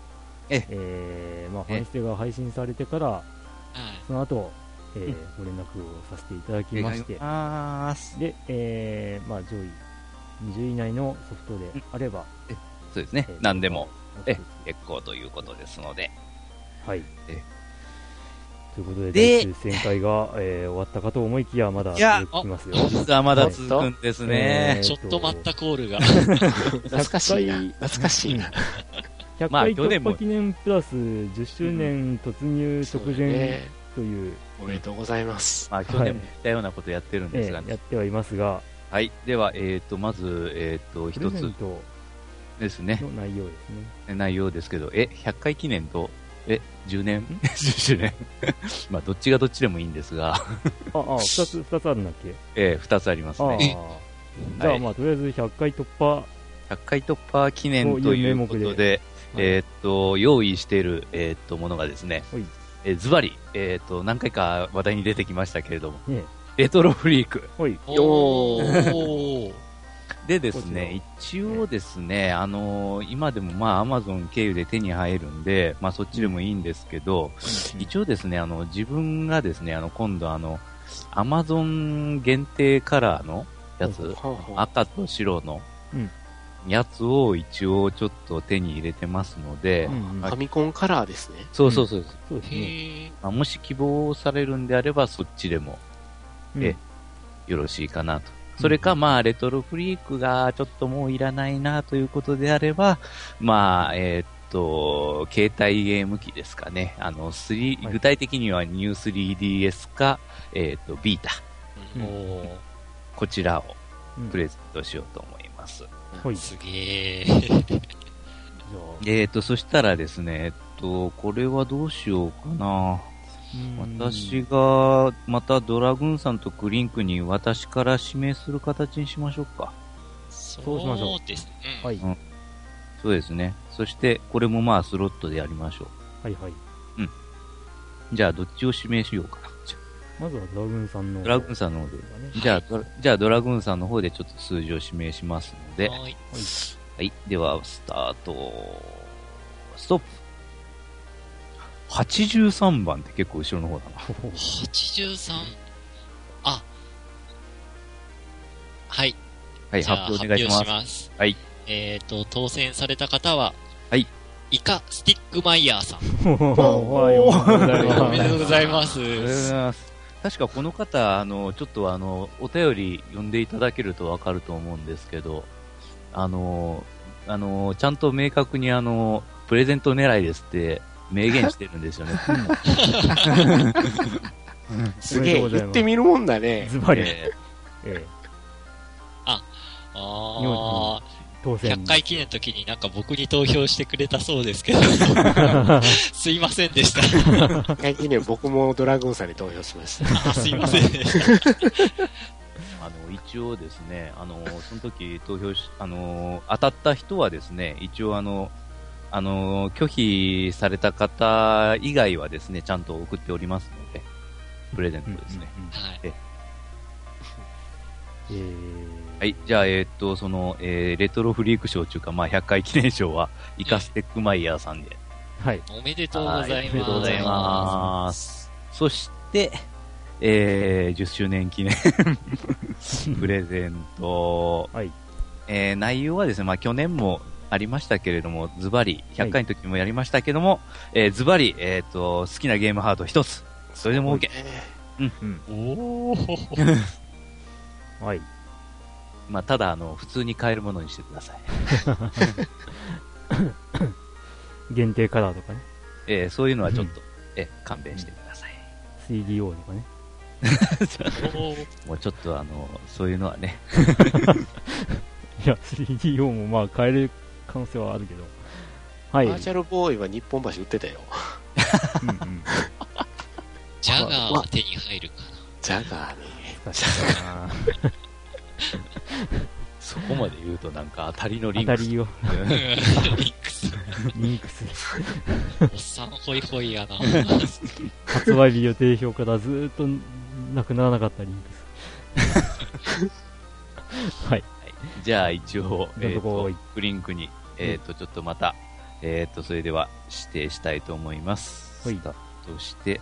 Speaker 2: え
Speaker 1: えーまあ、フ
Speaker 2: え
Speaker 1: ァンステが配信されてから
Speaker 3: はい
Speaker 1: その後、えーご連絡をさせていただきまして、
Speaker 2: あー
Speaker 1: で、えーまあ、上位20位以内のソフトであれば、
Speaker 2: そうですね
Speaker 1: えー。
Speaker 2: 何でも、
Speaker 1: え
Speaker 2: え、結構ということですので。
Speaker 1: はい
Speaker 2: え
Speaker 1: ということで
Speaker 2: で
Speaker 1: 第抽選会が、えー終わったかと思いきやまだ
Speaker 2: いや
Speaker 1: 続きますよ
Speaker 2: 実はまだ続くんです
Speaker 1: え
Speaker 2: ね
Speaker 1: ー。
Speaker 3: ちょっと待ったコールが。
Speaker 4: 懐かしいな。懐かしいな。
Speaker 1: 100
Speaker 2: まあ
Speaker 1: 回
Speaker 2: 去
Speaker 1: 突
Speaker 2: 年も
Speaker 1: 破記念プラス10周年突入直前
Speaker 4: ね
Speaker 1: という、
Speaker 4: おめでとうございます。
Speaker 2: まあ、去年も似たようなことやってるんですが
Speaker 1: えーや
Speaker 2: ね
Speaker 1: っ。てはいますが、
Speaker 2: はい。では、えっと、まず、えっと、
Speaker 1: プレ
Speaker 2: 一
Speaker 1: ゼ
Speaker 2: つ
Speaker 1: ント
Speaker 2: ですね。
Speaker 1: の内容ですね。
Speaker 2: 内容ですけど、え、100回記念と、え、10年 ?10 周年まあ、どっちがどっちでもいいんですが、
Speaker 1: あ、あ、二つ、二つあるんだっけ
Speaker 2: えー、2つあります
Speaker 1: ああ。
Speaker 2: ね。
Speaker 1: じゃあまあ、とりあえず100回突破。
Speaker 2: 100回突破記念ということ
Speaker 1: こういう名目
Speaker 2: で、
Speaker 1: で
Speaker 2: えーっと、用意している、えーっと、ものがですね、
Speaker 1: はい。
Speaker 2: えーズバリ、えーっと、何回か話題に出てきましたけれども、
Speaker 1: ね
Speaker 2: レトロフリーク。
Speaker 1: はい。
Speaker 4: よ ー
Speaker 3: おー。
Speaker 2: でです
Speaker 1: こ
Speaker 2: ね、一応ですね、あのー今でもまあ、アマゾン経由で手に入るんで、まあ、そっちでもいいんですけど、一応ですね、あの、自分がですね、あの、今度あの、アマゾン限定カラーのやつ、
Speaker 4: は
Speaker 2: 赤と白の
Speaker 1: うん、
Speaker 2: やつを一応ちょっと手に入れてますので、
Speaker 1: うんうん
Speaker 4: あファミコンカラーですね。
Speaker 2: そうそうそうです、
Speaker 1: そうです
Speaker 3: へ
Speaker 1: ね。
Speaker 3: ー。
Speaker 2: まあもし希望されるんであれば、そっちでも
Speaker 1: うん
Speaker 2: えよろしいかなと。それか、まあ、レトロフリークがちょっともういらないなということであれば、まあ、えーっと、携帯ゲーム機ですかね。あの、
Speaker 1: は
Speaker 2: 3、
Speaker 1: い
Speaker 2: 具体的にはニュー 3DS か、えーっと、ビータ。
Speaker 1: うん
Speaker 3: おー。
Speaker 2: こちらを
Speaker 1: うん
Speaker 2: プレゼントしようと思います。
Speaker 1: はい。じ
Speaker 3: すげー。
Speaker 1: ゃ
Speaker 2: えーっと、そしたらですね、えっと、これはどうしようかな。
Speaker 1: あうん
Speaker 2: 私が、またドラグーンさんとクリンクに私から指名する形にしましょうか。
Speaker 1: うしましょう
Speaker 3: そうですね。うん
Speaker 1: はい。
Speaker 2: うんそうですね。そして、これもまあ、スロットでやりましょう。
Speaker 1: はいはい。
Speaker 2: じゃあ、どっちを指名しようかな。じゃ
Speaker 1: まずはドラグーンさんの。
Speaker 2: あドラグーン
Speaker 1: さ
Speaker 2: さんの方で。
Speaker 1: んね。
Speaker 2: じゃあ、ドラじゃあドラグーンさんの方でちょっと数字を指名しますので。
Speaker 3: はい。
Speaker 2: はい。では、スタート。ストップ。83番って結構後ろの方だな。
Speaker 3: 83。あ。はい。
Speaker 2: はい、
Speaker 3: じゃあ
Speaker 2: 発表お願いします。
Speaker 3: 発表します。
Speaker 2: はい。
Speaker 3: えっ、と、当選された方は、
Speaker 2: はい。
Speaker 3: イカスティックマイヤーさん。
Speaker 1: はい。おめでとうございます
Speaker 3: おめでと
Speaker 2: ありがとう
Speaker 3: うございま
Speaker 2: ご
Speaker 3: す。
Speaker 2: ざいます。確かこの方、あの、ちょっとあの、お便り読んでいただけるとわかると思うんですけど、あの、あのちゃんと明確にあのプレゼント狙いですって明言してるんですよね。
Speaker 4: すげえ、言ってみるもんだね。
Speaker 1: ズバリ、え
Speaker 2: え
Speaker 1: え
Speaker 3: ああ、
Speaker 1: 当選。
Speaker 3: 100回記念の時になんか僕に投票してくれたそうですけど、すいませんでした。
Speaker 4: 最近ね、僕もドラゴンさんに投票しました。
Speaker 3: あすいませんでした。
Speaker 2: あの一応ですね、あのその時投票し、あの当たった人はですね、一応あの、あの拒否された方以外はですね、ちゃんと送っておりますので、プレゼントですね。
Speaker 3: はい。
Speaker 1: え
Speaker 2: は
Speaker 1: え
Speaker 2: い、じゃあ、えーっと、その、えーレトロフリーク賞というか、まあ、100回記念賞は、イカステックマイヤーさんで。
Speaker 1: はい。
Speaker 3: おめでとうございま
Speaker 2: は。
Speaker 3: す。
Speaker 1: おめでとうございます
Speaker 2: そして、えー10周年記念 プレゼント。
Speaker 1: はい
Speaker 2: えー内容はですね、まあ、去年もありましたけれども、ズバリ、100回の時もやりましたけども、えーズバリ、えーっと、好きなゲームハード一つ。それでも OK。
Speaker 3: おー
Speaker 1: はい。
Speaker 2: まあ、ただ、あの、普通に買えるものにしてください。
Speaker 1: 限定カラーとかね。
Speaker 2: えーそういうのはちょっと、えー勘弁してください。
Speaker 1: 3DO とかね。
Speaker 3: おー
Speaker 2: もうちょっとあの、そういうのはね、
Speaker 1: いや、3DO もまあ変える可能性はあるけど。は
Speaker 4: バ
Speaker 1: い。
Speaker 4: ーチャルボーイは日本橋売ってたよ。
Speaker 1: うんうん。
Speaker 3: ジャガーは手に入るかな。
Speaker 4: ジャガーね。
Speaker 1: 難しいな
Speaker 2: そこまで言うとなんか当たりのリ
Speaker 1: 当
Speaker 2: ン
Speaker 1: た
Speaker 2: クス
Speaker 1: りを、
Speaker 3: リンクス。
Speaker 1: リンクス。
Speaker 3: おっさんホイホイやな。
Speaker 1: 発売日予定表からずーっとなくならなかったリンクス。はい。
Speaker 2: じゃあ一応、
Speaker 1: ど
Speaker 2: え
Speaker 1: う
Speaker 2: ー、
Speaker 1: ぞこ
Speaker 2: と
Speaker 1: い
Speaker 2: ブリンクに、えっ、と、ちょっとまた、えっ、と、それでは指定したいと思います。
Speaker 1: はい
Speaker 2: スタートして、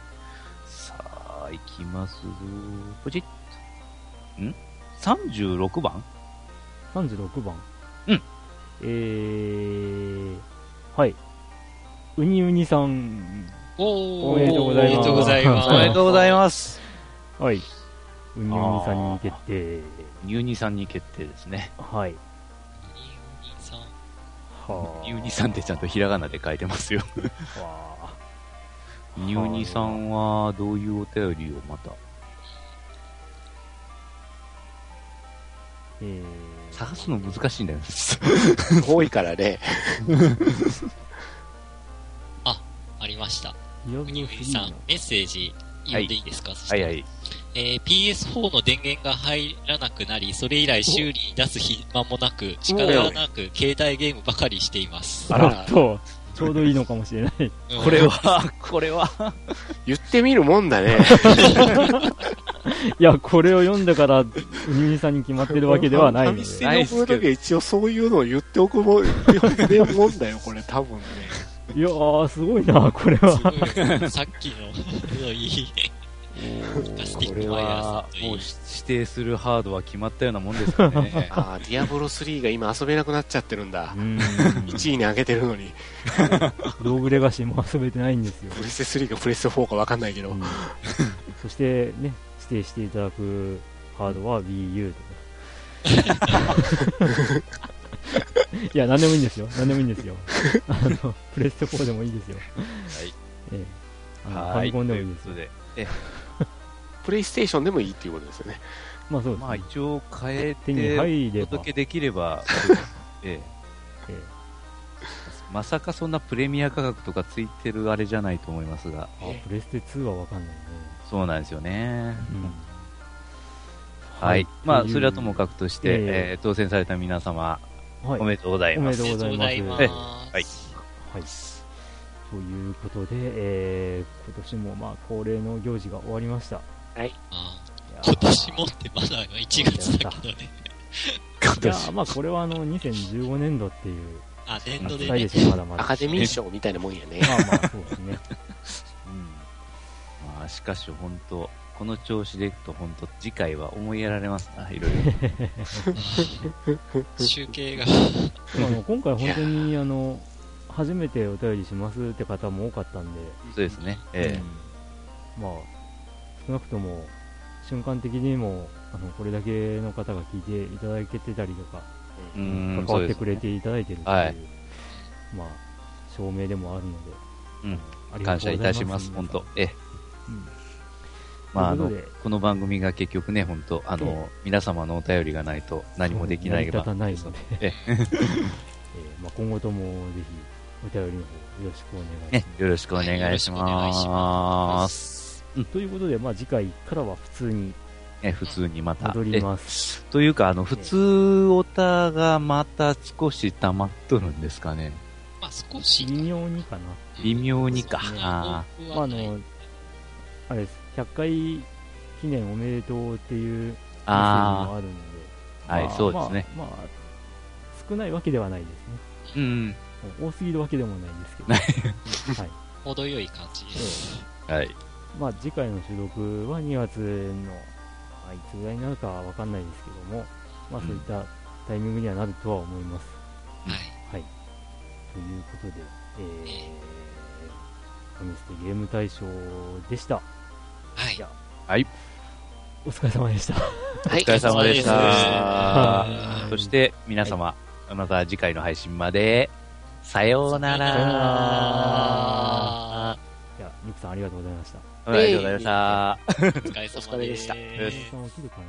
Speaker 2: さあ、行きますぞ。ポチッと。ん ?36 番
Speaker 1: 36番。
Speaker 2: うん。
Speaker 1: えー、はい。ウニウニさん。
Speaker 3: おー
Speaker 1: おめでとうございます
Speaker 3: おめでとうございます
Speaker 1: おめでと
Speaker 2: うございます。
Speaker 1: はい。ウニウニさんに決定。
Speaker 2: ニューニさんに決定ですね。
Speaker 1: はい。
Speaker 3: 二二三
Speaker 1: は
Speaker 2: ニューニさんってちゃんとひらがなで書いてますよ。
Speaker 1: と。わー
Speaker 2: ニューニさ。んはどういうお便りをまた
Speaker 1: えー、
Speaker 2: 探すの難しいんだよね。
Speaker 4: 多いからね。
Speaker 3: ありました。
Speaker 1: いや
Speaker 3: ウニウニさん、メッセージ読んでいいですか、
Speaker 2: はいはい。
Speaker 3: えー PS4 の電源が入らなくなり、それ以来修理に出す暇もなく、力がなく、携帯ゲームばかりしてい ます。
Speaker 1: あらっと、ちょうどいいのかもしれない。
Speaker 3: うん
Speaker 2: これは、これは、
Speaker 4: 言ってみるもんだね。
Speaker 1: いや、これを読んだから、ウニウニさんに決まってるわけではないの
Speaker 4: の
Speaker 1: で。
Speaker 4: で。紙質に送る時は一応そういうのを言っておくもん、言ってるもんだよ、これ多分ね。
Speaker 1: いやー、すごいな、これ
Speaker 3: す
Speaker 1: は。
Speaker 3: ごいさっきの、いい。ステ
Speaker 2: こ
Speaker 3: ィッ
Speaker 2: れ
Speaker 3: クワイヤーさん
Speaker 2: は
Speaker 3: といい
Speaker 2: もう指定するハードは決まったようなもんですか ね。
Speaker 4: ああ、ディアボロ3が今遊べなくなっちゃってるんだ
Speaker 1: う。ん。
Speaker 4: 1位に上げてるのに、
Speaker 1: ローグレガシーも遊べてないんですよ。
Speaker 4: プレステ3かプレステ4か分かんないけど、
Speaker 1: そしてね、指定していただくハードは Wii U とか。いや、何でもいいんですよ。何でもいいんですよ。あの、プレステ4でもいいですよ。
Speaker 2: い
Speaker 1: ええあのファ
Speaker 2: は
Speaker 1: ミ
Speaker 2: い。
Speaker 1: コ
Speaker 2: と
Speaker 1: ンでも
Speaker 2: い
Speaker 1: いいうで
Speaker 2: こ
Speaker 1: す
Speaker 2: と
Speaker 1: よ。
Speaker 2: で、
Speaker 4: プレイステーションでもいいっていうことですよね。
Speaker 1: まあそうです、ね。
Speaker 2: まあ一応変え
Speaker 1: 手に
Speaker 2: て
Speaker 1: 入
Speaker 2: お
Speaker 1: れば、
Speaker 2: 届けできれば、ええ
Speaker 1: ええ
Speaker 2: まさかそんなプレミア価格とかついてるあれじゃないと思いますが、
Speaker 1: あプレステ2はわかんないね。
Speaker 2: そうなんですよね。
Speaker 1: うん
Speaker 2: はい。まあそれはともかくとして、
Speaker 1: え
Speaker 2: え
Speaker 1: え
Speaker 2: え当選された皆様、
Speaker 1: く、はい
Speaker 2: おめでとうござい
Speaker 1: おめ
Speaker 2: ま。
Speaker 1: ですとうございます
Speaker 3: ありがとうございます
Speaker 2: はい
Speaker 1: はい。ということで、えー、今年もまあ恒例の行事が終わりました。い
Speaker 3: あー
Speaker 1: やー
Speaker 3: 今年もってまだ1月だけどね。
Speaker 1: いやーまあこれはあの2015年度っていう
Speaker 3: あ、年度で
Speaker 1: 扱い
Speaker 3: ね
Speaker 1: で。しょ、まだまだ。
Speaker 4: アカデミー賞みたいなもんやね。
Speaker 1: まあまあそうです ね。
Speaker 2: まあしかし本当、この調子でいくと本当次回は思いやられますな、いろいろ。
Speaker 3: 集計が。
Speaker 1: まああの今回本当にあの初めてお便りしますって方も多かったんで、
Speaker 2: そうですね。え
Speaker 1: うんまあ少なくとも瞬間的にもあのこれだけの方が聞いていただけてたりとか
Speaker 2: う
Speaker 1: 関
Speaker 2: ん、そ
Speaker 1: わ
Speaker 2: う
Speaker 1: っ
Speaker 2: で
Speaker 1: て
Speaker 2: す
Speaker 1: くれていただいてるという、
Speaker 2: はい
Speaker 1: まあ、証明でもあるので、
Speaker 2: うん
Speaker 1: ありが
Speaker 2: 感
Speaker 1: と
Speaker 2: 謝
Speaker 1: う
Speaker 2: い
Speaker 1: ござ
Speaker 2: た
Speaker 1: い
Speaker 2: し
Speaker 1: ま
Speaker 2: ますす、本当。ええ
Speaker 1: うん
Speaker 2: まあ、あ
Speaker 1: と
Speaker 2: の
Speaker 1: いうことで
Speaker 2: この番組が結局ね、本当あの、
Speaker 1: え
Speaker 2: 皆様のお便りがないと何もできな
Speaker 1: 成り
Speaker 2: い
Speaker 1: 立た
Speaker 2: が、
Speaker 1: ないので、
Speaker 2: え
Speaker 1: えーまあ、今後ともぜひお便りの方よろしくお願いしま
Speaker 2: ね
Speaker 1: す。、
Speaker 2: よろしくお願いしま。
Speaker 3: ますす。
Speaker 1: ということで、まあ、次回からは普通に
Speaker 2: え普通にまた。
Speaker 1: 戻ります。
Speaker 2: えというか、あの、普通オタがまた少し溜まっとるんですかね。
Speaker 3: まあ少し。
Speaker 1: 微妙にかな。
Speaker 2: 微妙にか。
Speaker 1: そうですね
Speaker 2: あ
Speaker 3: 多く
Speaker 1: まあ、
Speaker 3: は
Speaker 1: あ
Speaker 3: ない
Speaker 1: の、あれです、100回記念おめでとうっていう
Speaker 2: ー
Speaker 1: メッセージもあ
Speaker 2: あ
Speaker 1: るので、
Speaker 2: ー、はい、
Speaker 1: まあ
Speaker 2: そうですね。。
Speaker 1: まあ、まあ少ないわけではないですね。
Speaker 2: うん。
Speaker 1: 多すぎるわけでもないですけど、 はい
Speaker 3: 程よい感じです。
Speaker 2: はい。
Speaker 1: まあ、次回の収録は2月の、まあ、いつぐらいになるかは分かんないですけども、まあ、そういったタイミングにはなるとは思います。
Speaker 2: うん
Speaker 3: はい。
Speaker 1: はい、ということで、えー、紙捨てゲーム大賞でした。
Speaker 3: はい。
Speaker 2: はい。
Speaker 1: お疲れ様でした。
Speaker 4: はい。
Speaker 2: お疲れ様でし
Speaker 3: お疲れ
Speaker 2: た
Speaker 3: 様でし。た
Speaker 2: そして、皆様、また次回の配信まで、さような
Speaker 1: さような
Speaker 2: ら。
Speaker 1: いや、ニクさんありがとうございました。
Speaker 2: ありがとうございました。
Speaker 3: お疲れ様でした。
Speaker 1: ニクさ
Speaker 4: お疲
Speaker 1: ん起きるかな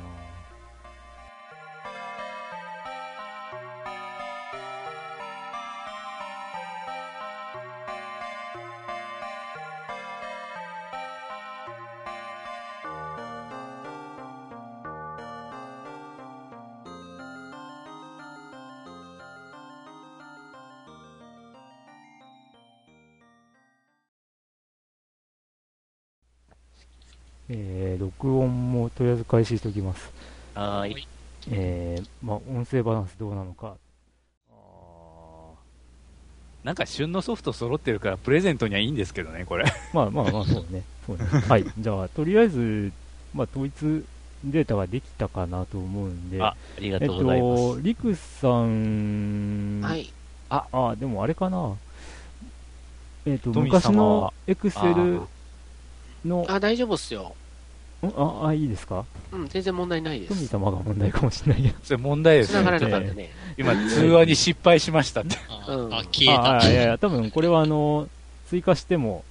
Speaker 1: えー、録音もとりあえず開始しておきます。
Speaker 2: はーい。
Speaker 1: えー、まあ、音声バランスどうなのか。
Speaker 2: なんか旬のソフト揃ってるからプレゼントにはいいんですけどね、これ。
Speaker 1: まあまあまあ、そうね。 そうね。はい。じゃあ、とりあえず、まあ、統一データができたかなと思うんで。
Speaker 2: あ、ありが
Speaker 1: えっ
Speaker 2: とうございます。
Speaker 1: と、リクさん、
Speaker 4: は、い。
Speaker 1: あ、でもあれかな。えっと、
Speaker 2: トミー
Speaker 1: 昔
Speaker 2: 様は
Speaker 1: のエクセルの、
Speaker 4: あ、大丈夫っすよ。
Speaker 1: んああ、いいですか
Speaker 4: うん、全然問題ないで
Speaker 1: トミー
Speaker 4: す。
Speaker 1: 様が問題かもしれないけど。
Speaker 2: それ問題で
Speaker 4: つ
Speaker 2: す
Speaker 4: なが
Speaker 2: ね。
Speaker 4: らなかったね。
Speaker 2: 今、通話に失敗しましたって。
Speaker 3: あ
Speaker 4: うん
Speaker 3: あ、消え
Speaker 1: あ
Speaker 3: た。
Speaker 1: あ、いやいや、多分これはあの、追加しても、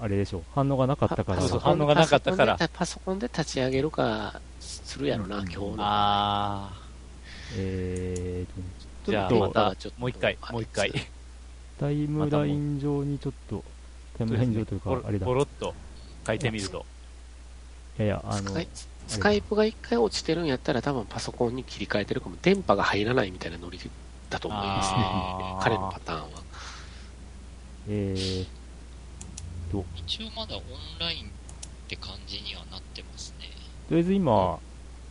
Speaker 1: あれでしょう、反応がなかったから
Speaker 2: あ、そう
Speaker 1: そ
Speaker 2: 反応がなかったから
Speaker 4: パソコンで立ち上げるか、するやろな、今日の。
Speaker 2: あ
Speaker 1: えーと、
Speaker 2: じ
Speaker 1: ち
Speaker 2: ゃ
Speaker 1: ょ
Speaker 2: あ
Speaker 1: っ
Speaker 2: ま
Speaker 1: と、
Speaker 2: たもう一回、もう一回。
Speaker 1: タイムライン上にちょっと、タイムライン上というか、あれだ、
Speaker 2: ポ
Speaker 1: い
Speaker 2: ロっと書いてみると。
Speaker 1: やいや、あ
Speaker 4: ス
Speaker 1: の
Speaker 4: カ、イスカイプが一回落ちてるんやったら、多分パソコンに切り替えてるかも、電波が入らないみたいなノリだと思いますね
Speaker 2: あー、
Speaker 4: 彼のパターンは。
Speaker 1: えー、
Speaker 3: 一応まだオンラインって感じにはなってますね。
Speaker 1: とりあえず今、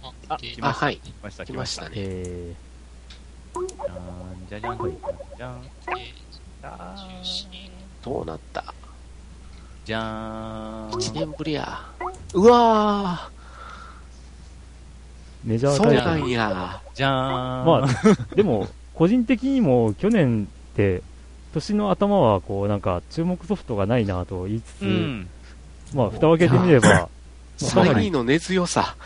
Speaker 3: あ、
Speaker 2: あ
Speaker 3: で
Speaker 2: 来
Speaker 4: あ、
Speaker 2: ま
Speaker 4: はい、
Speaker 2: 来ました、
Speaker 4: 来
Speaker 2: 来
Speaker 4: ま
Speaker 2: ま
Speaker 4: し
Speaker 2: したた。
Speaker 4: ね。
Speaker 1: え
Speaker 2: じゃじゃん、じゃん、
Speaker 3: え
Speaker 2: じゃ
Speaker 3: ー中
Speaker 2: ん。
Speaker 3: 心
Speaker 4: どうなった
Speaker 2: じゃーん。
Speaker 4: ?1 年ぶりや。うわ
Speaker 1: ー、メジ
Speaker 4: ー、
Speaker 1: ャー
Speaker 4: そう
Speaker 1: タイ
Speaker 4: な
Speaker 1: トル
Speaker 4: んや。
Speaker 2: じゃーん。
Speaker 1: まあ、で も、個人的にも去年って、年の頭はこうなんか注目ソフトがないなと言いつつ、
Speaker 2: うん。
Speaker 1: まあ、蓋を開けてみれば、
Speaker 4: サニーの根強さ。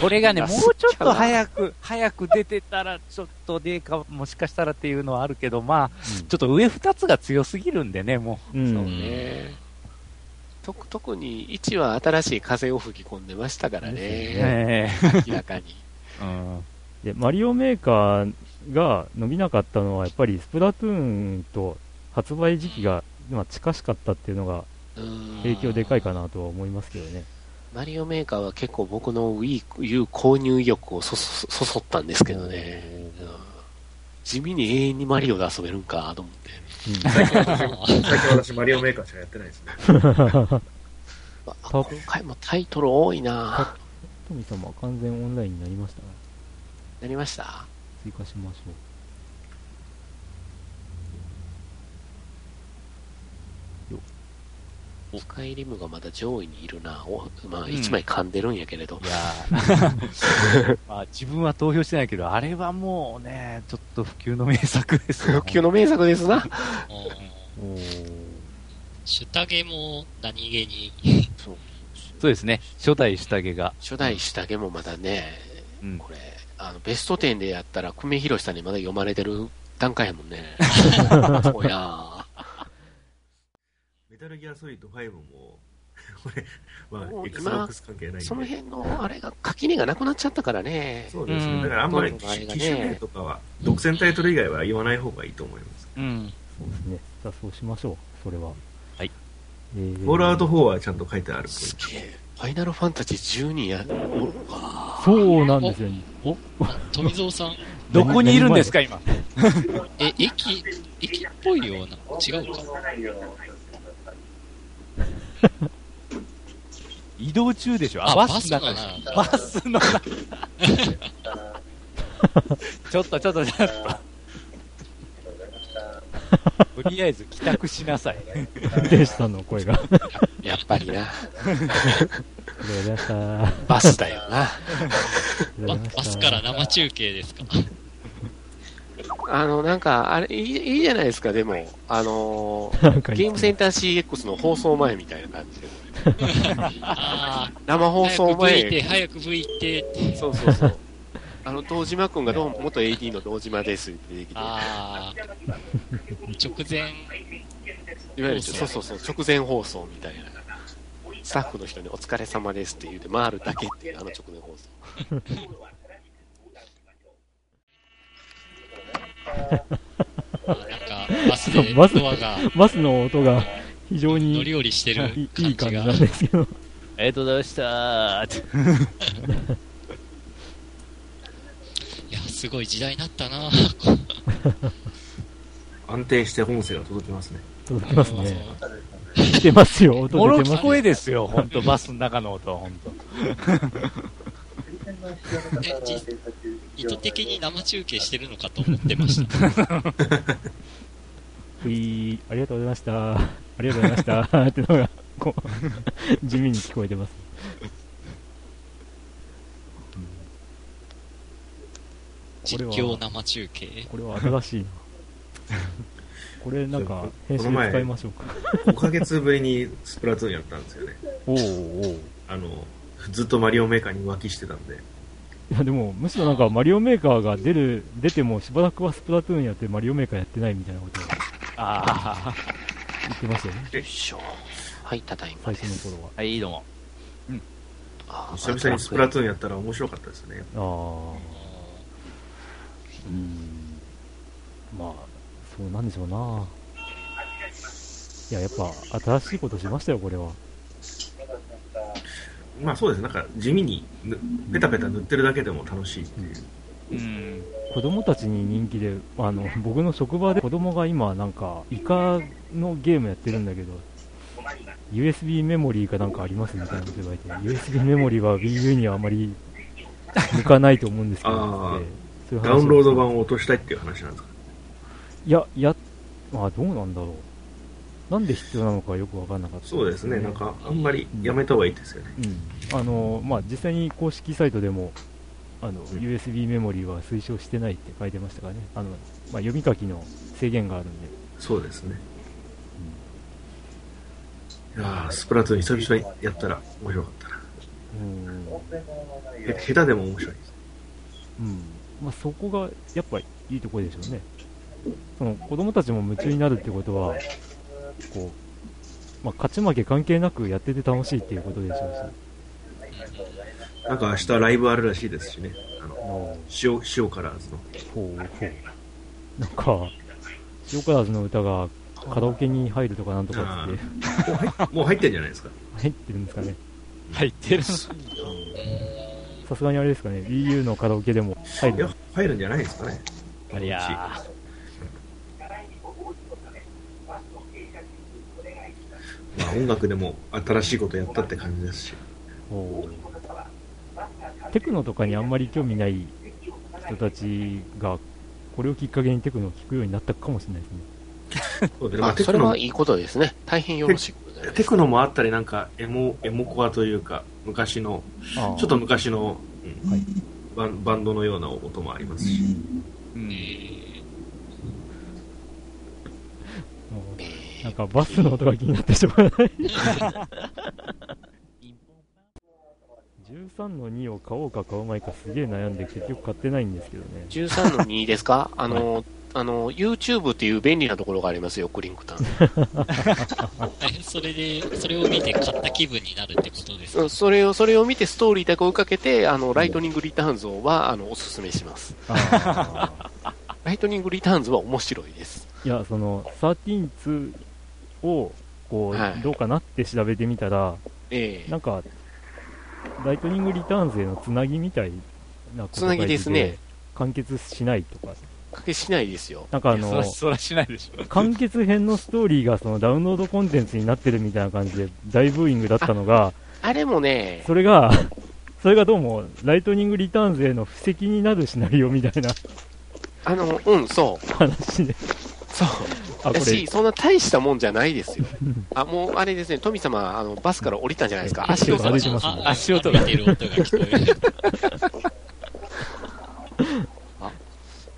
Speaker 2: これがね、もうちょっと早く、 早く出てたら、ちょっとでか、もしかしたらっていうのはあるけど、まあ、ちょっと上二つが強すぎるんでね、も
Speaker 1: うん、
Speaker 2: そう
Speaker 1: うん
Speaker 4: ねと特に1は新しい風を吹き込んでましたから
Speaker 2: う。
Speaker 1: ね
Speaker 4: ね、
Speaker 2: え
Speaker 4: 明らかに。
Speaker 2: えうん。
Speaker 1: でマリオメーカーが伸びなかったのは、やっぱりスプラトゥーンと発売時期が、まあ、近しかったっていうのが
Speaker 4: うん
Speaker 1: 影響でかいかなとは思いますけどね。
Speaker 4: マリオメーカーは結構僕の Wii いう購入意欲をそそそそったんですけどね、うん地味に永遠にマリオで遊べるんかと思って
Speaker 1: うん、
Speaker 5: 最近私マリオメーカーしかやってないですね。
Speaker 4: うわ
Speaker 1: ト
Speaker 4: 今回もタイトル多いな
Speaker 1: トミー様、完全オンラインになりましたね
Speaker 4: なりました
Speaker 1: 追加しましょう。
Speaker 4: スカイリムがまだ上位にいるなおまあ
Speaker 2: うん
Speaker 4: 1枚噛んでるんやけれど、
Speaker 2: いや ーまあ自分は投票してないけど、あれはもうね、ちょっと不及の名作です よ。
Speaker 4: 欲求の名作ですな
Speaker 3: うん
Speaker 1: お
Speaker 3: シュタゲも何気に
Speaker 2: そうですね、初代下着が。
Speaker 4: 初代下着もまだね
Speaker 2: うん
Speaker 4: これ、あの、ベスト10でやったら、久米宏さんにまだ読まれてる段階やも んね。おや
Speaker 5: メタルギアソリッド5も、 これ、ま
Speaker 4: も
Speaker 5: あ、
Speaker 4: う
Speaker 5: エクスボックス関係ないんで。
Speaker 4: その辺の、あれが、垣根がなくなっちゃったからね。
Speaker 5: そうですね。
Speaker 2: うん
Speaker 5: だからあんまり
Speaker 4: どう
Speaker 5: 機
Speaker 4: ぞあれ
Speaker 5: 種
Speaker 4: が
Speaker 5: 機
Speaker 4: ね
Speaker 5: 種名とかは、独占タイトル以外は言わない方がいいと思います。
Speaker 2: うん。
Speaker 1: そうですね。じゃあそうしましょう、それは。
Speaker 2: はい。
Speaker 1: えー、
Speaker 5: ウォールアウト4はちゃんと書いてある。
Speaker 4: すげえ。ファイナルファンタジー12や、おるか。
Speaker 1: そうなんですよ。
Speaker 3: 富 蔵さん、
Speaker 2: どこにいるんですか、今。
Speaker 3: え、駅、駅っぽいような、違うか。
Speaker 2: 移動中でしょ
Speaker 3: あ
Speaker 2: バスの中
Speaker 3: バスの中
Speaker 2: バスの 中ちょっとちょっとちょ っと。とりあえず帰宅しなさい。
Speaker 1: 電子さんの声 が。あり
Speaker 4: やっぱりな。
Speaker 1: がとうございました。あ
Speaker 4: バスだよな。
Speaker 1: りがと
Speaker 3: バ
Speaker 1: うございました
Speaker 3: バスから生中継ですか。
Speaker 4: あの、なんか、あれ、いい、いいじゃないですか、でも。あのー
Speaker 1: なんか
Speaker 4: ゲームセンター CX の放送前みたいな感じで。
Speaker 3: あ
Speaker 4: 生
Speaker 3: あ、
Speaker 4: 放
Speaker 3: 早
Speaker 4: 送
Speaker 3: く V て、
Speaker 4: 前。
Speaker 3: 早く V て、
Speaker 4: そうそうそう。あの、堂島くんがどうも、元 AD の堂島ですって出てきて。
Speaker 3: ああ、直前、
Speaker 4: いわゆる、そうそうそう、直前放送みたいな。スタッフの人にお疲れ様ですって言うて回るだけっていう、あの直前放送。
Speaker 3: なんか、バスで
Speaker 1: バス
Speaker 3: ドアが
Speaker 1: バスの音が非常
Speaker 3: 乗
Speaker 1: に
Speaker 3: り降りして
Speaker 1: は
Speaker 3: る
Speaker 1: いい
Speaker 3: 感
Speaker 1: い感
Speaker 3: じ
Speaker 1: じ
Speaker 3: が。
Speaker 1: なんですけど。
Speaker 2: ありがとうございました。
Speaker 3: いや、すごい時代になったな
Speaker 5: 安定して本声が届きますね。
Speaker 1: 届きますね。来てますよ、
Speaker 2: も
Speaker 1: 音
Speaker 2: ろ
Speaker 1: 出てますよ
Speaker 2: 聞こえですよ、本当バスの中の音、本当。
Speaker 3: えじ意図的に生中継してるのかと思って ました。
Speaker 1: ういありがとうございました。ありがとうございました。ってのが、こう、地味に聞こえてます。こ
Speaker 3: 実
Speaker 1: れは
Speaker 3: 況生中継。
Speaker 1: これは新 しいな。これなんか、編集で使いましょうか。
Speaker 5: 5ヶ月ぶりにスプラトゥーンやったんですよね。
Speaker 1: おうおう
Speaker 5: あの、ずっとマリオメーカーに浮気してたんで。
Speaker 1: いやでも、むしろなんか、マリオメーカーが出る、出てもしばらくはスプラトゥーンやってマリオメーカーやってないみたいなことを
Speaker 2: あ
Speaker 1: 言ってましたよ ね、
Speaker 4: よいしょ。はい、ただいま
Speaker 1: 最
Speaker 4: で
Speaker 1: 初
Speaker 4: す。
Speaker 1: の頃は。
Speaker 2: あ、はい、どうも。
Speaker 4: あー
Speaker 5: 久々にスプラ
Speaker 4: ト
Speaker 5: トゥーンやったら面白かったですね。
Speaker 1: ああ、うん。まあ、そうなんでしょうな。いや、やっぱ、新しいことしましたよ、これは。
Speaker 5: まあそうです。なんか地味にぬペタペタ塗ってるだけでも楽しいっていう。
Speaker 2: うん。
Speaker 1: 子供たちに人気で、あの、 僕の職場で子供が今、なんか、イカのゲームやってるんだけど、USB メモリーかなんかありますみたいなこと言われて、USB メモリーは Wii U にはあまり向かないと思うんですけど、
Speaker 5: あ
Speaker 1: っ
Speaker 5: ー
Speaker 1: てそういう話
Speaker 5: ダ
Speaker 1: を
Speaker 5: ウンロード版を落としたいっていう話なんですか
Speaker 1: いや、いや、まあどうなんだろう。なんで必要なのかよくわかんなかった。
Speaker 5: そうですね。なん。かあんまりやめた方がいいですよね。
Speaker 1: うん。あの、まあ実際に公式サイトでも、あの、USB メモリーは推奨してないって書いてましたからね。あの、まあ読み書きの制限があるんで。
Speaker 5: そうですね。いやースプラトゥーン久々にやったら面白かったな。
Speaker 1: うん。
Speaker 5: へ下手でも面白いです。
Speaker 1: うん。まあそこが、やっぱいいところでしょうね。その、子供たちも夢中になるってことは、こう、まあ勝ち負け関係なくやってて楽しいっていうことでしょうし。
Speaker 5: なんか明日ライブあるらしいですしね。あ
Speaker 1: あ
Speaker 5: の、
Speaker 1: の
Speaker 5: 塩、塩カラーズの。
Speaker 1: ほうほう。なんか、塩辛ズの歌がカラオケに入るとかなんとかっつって
Speaker 5: もう入ってんじゃないですか。
Speaker 1: 入ってるんですかね。
Speaker 2: 入ってる。
Speaker 1: さすがにあれですかね、EU のカラオケでも入
Speaker 5: い
Speaker 1: る
Speaker 5: や。、入るんじゃないですかね。
Speaker 2: いや
Speaker 5: まあ音楽でも新しいことやったって感じですし。
Speaker 1: ほうテクノとかにあんまり興味ない人たちが、これをきっかけにテクノを聞くようになったかもしれないですね。
Speaker 5: そうで
Speaker 4: あ、
Speaker 5: テ
Speaker 4: そ
Speaker 5: ク
Speaker 4: れ
Speaker 5: ノ
Speaker 4: はいいことですね。大変よろしいことで
Speaker 5: テクノもあったり、なんかエモ、エモコアというか、昔の、
Speaker 1: ちょ
Speaker 5: ちょっと、昔の、うんバンバンドのような音もありますし、
Speaker 2: うん。
Speaker 1: なんかバ スの音が気になってしょうがない。 13の2を買おうか買うまいかすげえ悩んで結局買ってないんですけどね。
Speaker 4: 13の2ですかあの、あの、YouTube っていう便利なところがありますよ、クリンクタン。
Speaker 3: えそれで、それを見て買った気分になるってことです
Speaker 4: う
Speaker 3: か
Speaker 4: んそれを、それを見てストーリーだけ追いかけて、あの、ライトニングリターンズは、あの、おすすめします。
Speaker 1: あ
Speaker 4: ライトニングリターンズは面白いです。
Speaker 1: ー いや、その、132を、こう、
Speaker 4: はい
Speaker 1: どうかなって調べてみたら、
Speaker 4: ええ
Speaker 1: なんか、ライトニングリターンズへのつなぎみたいなこと
Speaker 4: つなぎですね。。
Speaker 1: 完結しないとか、
Speaker 4: かけしないですよ。
Speaker 1: なんかあ
Speaker 2: そら
Speaker 1: の、
Speaker 2: そらしないでしょ。
Speaker 1: 完結編のストーリーがそのダウンロードコンテンツになってるみたいな感じで大ブーイングだったのが、
Speaker 4: あれもね、
Speaker 1: それが、 それがどうも、ライトニングリターンズへの布石になるシナリオみたいな
Speaker 4: あの、うん、そう。
Speaker 1: 話で、
Speaker 4: そう。
Speaker 1: あ、こ
Speaker 4: だ
Speaker 1: れ
Speaker 4: し、、そんな大したもんじゃな いですよ。あ、もう、あれですね、富様、あの、バスから降りたんじゃないですか。足を
Speaker 1: 歩いてますね
Speaker 3: あ足音が。歩いてる音が聞こえる。
Speaker 4: フ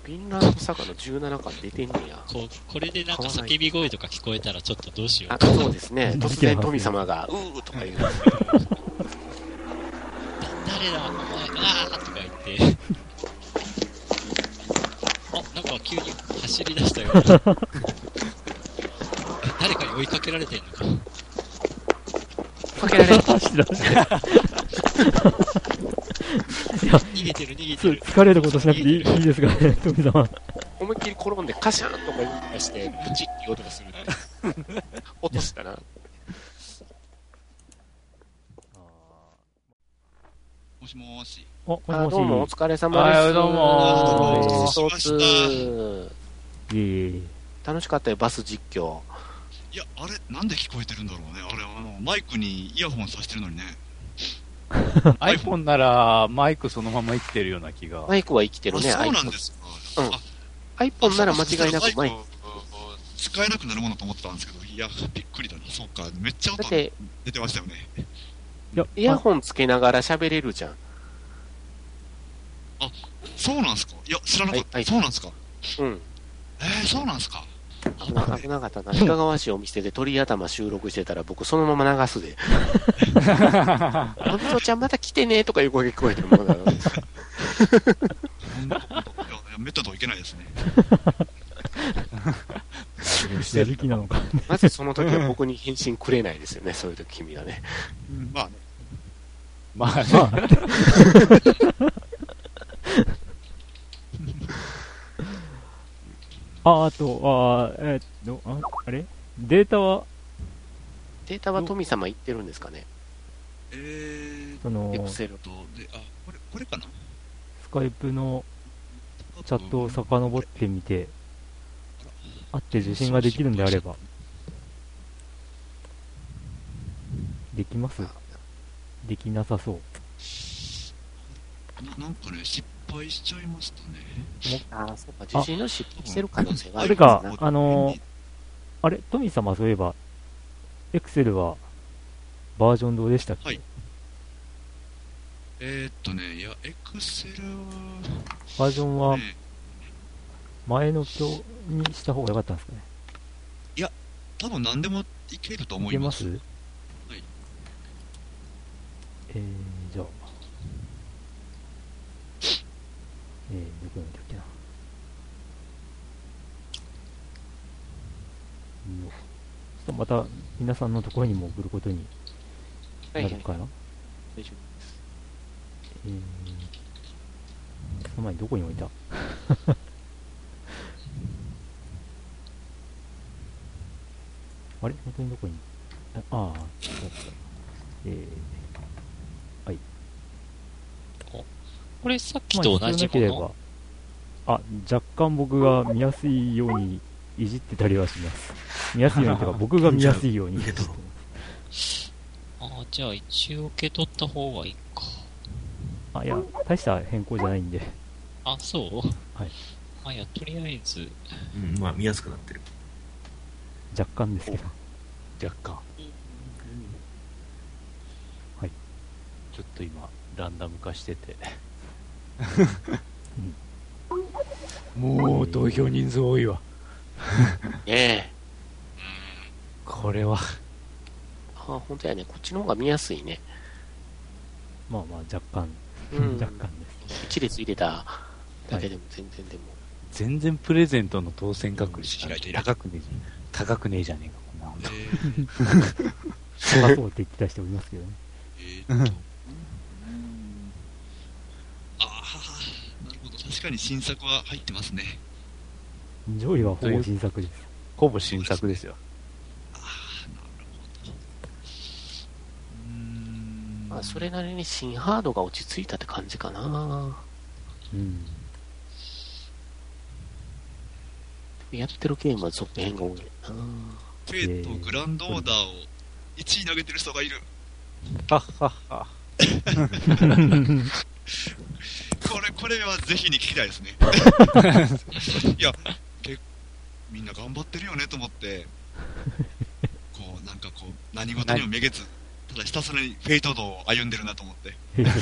Speaker 4: ィンランド坂の17巻出てんねや。
Speaker 3: こうこれでなんか叫び声とか聞こえたらちょっとどうしよ
Speaker 4: あ
Speaker 3: うか。
Speaker 4: そうで すね、
Speaker 1: 事
Speaker 4: 突
Speaker 1: 件
Speaker 4: 然
Speaker 1: 発生
Speaker 4: 富様が、うーとか言う、
Speaker 3: 誰だお前あーとか言って。 あ、なんか急に走り出し たよ。え誰かに追いかけられてんのか。
Speaker 4: かけられる、
Speaker 1: 走らせて
Speaker 3: 逃げてる逃げてる。
Speaker 1: 疲れることしなくて いいいいですかね、富様。
Speaker 4: 思いっきり転んで、カシャンとか言うとかして、ブチっていう音がするんで、 落としたな、
Speaker 6: もしもーし。
Speaker 1: あ、もし
Speaker 4: あ
Speaker 1: もし。
Speaker 4: どうもお疲れ様です、
Speaker 2: はいどうも
Speaker 1: ー
Speaker 4: 一つ
Speaker 1: いえいえいえ
Speaker 4: 楽しかったよ、バス実況、
Speaker 6: いや、あれ、なんで聞こえてるんだろうね。あれ、あの、マイクにイヤホンさしてるのにね。
Speaker 2: iPhone ならマイクそのまま生きてるような気が。
Speaker 4: マイクは生きてる
Speaker 6: あ、
Speaker 4: ね、
Speaker 6: そうなんですか。
Speaker 4: うん
Speaker 6: あ
Speaker 4: iPhone なら間違いなくマイク、
Speaker 6: ク。使えなくなるものと思ってたんですけど、いや、びっくりだな。そうか、めっちゃ
Speaker 4: だ
Speaker 6: 音
Speaker 4: って、
Speaker 6: 出てましたよね。
Speaker 1: いや、
Speaker 4: イヤホンつけながら喋れるじゃん、
Speaker 6: そうなんですかいや、知らなかっ
Speaker 4: は
Speaker 6: た。
Speaker 4: い
Speaker 6: そうなんですか
Speaker 4: うん、
Speaker 6: えー、そうなんですか
Speaker 4: 危な危なかったな、いかがわしいお店で鳥頭収録してたら、僕、そのまま流すで、おみそちゃん、また来てねとかいう声が聞こえてるもんだから。
Speaker 6: いや、めったとはいけないですね。
Speaker 1: やる気なのか。
Speaker 4: まずその時は僕に返信くれないですよね、そういう時君はね。
Speaker 6: まあね、
Speaker 2: まあね、
Speaker 1: まあ、あ、あと、あ、えーっと、ああれデータは、
Speaker 4: データは富様言ってるんですかね、
Speaker 6: えーっ
Speaker 1: その
Speaker 4: エ、クセル。
Speaker 6: と、で、あ、これ、これかな
Speaker 1: スカイプのチャットを遡ってみて、あって受信ができるんであれば。できますできなさそう。も
Speaker 6: ななんかね、失敗しちゃいましたね。
Speaker 4: ああ、そうか、自信の失敗してる可能性はあ
Speaker 1: て
Speaker 4: る
Speaker 1: か
Speaker 4: な。、
Speaker 1: あのー、あれトミー様そういえば、エクセルはバージョンどうでしたっけ、
Speaker 6: はいえーっとね、いや、エクセル
Speaker 1: バージョン
Speaker 6: は、
Speaker 1: は
Speaker 6: ね、
Speaker 1: 前の表にした方が良かったんですかね
Speaker 6: 多分何でもいけると
Speaker 1: い
Speaker 6: 思い
Speaker 1: けま
Speaker 6: ます。
Speaker 1: す
Speaker 6: い
Speaker 1: えー、じゃあ、えー、どこなんだっけな。うんちょっとまた皆さんのところにも送ることにな
Speaker 4: はいは
Speaker 1: る
Speaker 4: い
Speaker 1: かな。
Speaker 4: 大丈
Speaker 1: えー、その前にどこに置いた あれ本当にどこにあああ、そうだったえー、
Speaker 3: これさっき
Speaker 1: まあ
Speaker 3: と同じ
Speaker 1: 必
Speaker 3: も
Speaker 1: 要なけれ
Speaker 3: の
Speaker 1: ば。あ、若干僕が見やすいようにいじってたりはします。見やすいように というか、僕が見やすいように。
Speaker 3: あーじゃあ一応受け取った方がいいか。
Speaker 1: あ、いや、大した変更じゃないんで。
Speaker 3: あ、そう
Speaker 1: はい。
Speaker 3: まあいや、とりあえず、
Speaker 5: うん、まあ見やすくなってる。
Speaker 1: 若干ですけど。
Speaker 4: 夫若干。
Speaker 2: ちょっと今、ランダム化してて。もう投票人数多いわ。
Speaker 4: ねえ。
Speaker 2: これは。
Speaker 4: ああ、本当やね。こっちの方が見やすいね。
Speaker 1: まあまあ若干、
Speaker 4: うん
Speaker 1: 若干です。
Speaker 4: 一列入れただけでも全然でも。
Speaker 2: 全然プレゼントの当選確率
Speaker 6: 開いてる
Speaker 2: 高くねえじゃん。高くねえじゃねえか、こんなもん
Speaker 6: えー
Speaker 1: 高そうって言ってた人もいますけどね。
Speaker 6: えーっと。ああ、なるほど。確かに新作は入ってますね。
Speaker 1: 上位はほぼ新作です。
Speaker 2: ほぼ新作ですよ。
Speaker 6: ああ、なるほど。うーん。
Speaker 4: まあ、それなりに新ハードが落ち着いたって感じかな。
Speaker 1: うん。
Speaker 4: やってるゲームは続編が多いな。
Speaker 6: フェイト、グランドオーダーを1位投げてる人がいる。
Speaker 2: はっはっは。
Speaker 6: これ、これはぜひに聞きたいで すね。いや、けみんな頑張ってるよねと思って、こう、なんかこう、何事にもめげず、ただひたすらにフェイト道を歩んでるなと思って。
Speaker 1: え
Speaker 6: いや、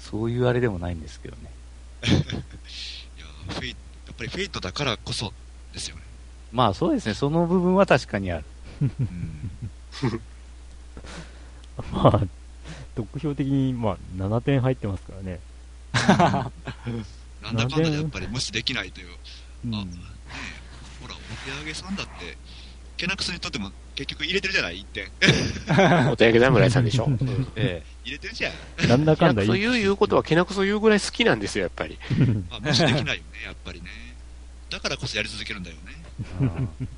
Speaker 2: そういうあれでもないんですけどね。
Speaker 6: フェイやっぱりフェイトだからこそですよ ね。
Speaker 2: まあそうですね、その部分は確かにある。
Speaker 6: うん
Speaker 1: まあ、得票的に、まあ、7点入ってますからね。
Speaker 6: なんだかんだでやっぱり無視できないという。
Speaker 1: うん
Speaker 6: あほら、お手上げさんだって、ケナクスにとっても結局入れてるじゃない一点。
Speaker 4: お手上げ侍さんでしょ。
Speaker 2: え
Speaker 6: 入れてるじゃん。
Speaker 1: なんだかんだ
Speaker 4: ケナクソ言う言うことはケナクソ言うぐらい好きなんですよ、やっぱり。
Speaker 6: まあ、無視できないよね、やっぱりね。だからこそやり続けるんだよね。
Speaker 2: え。う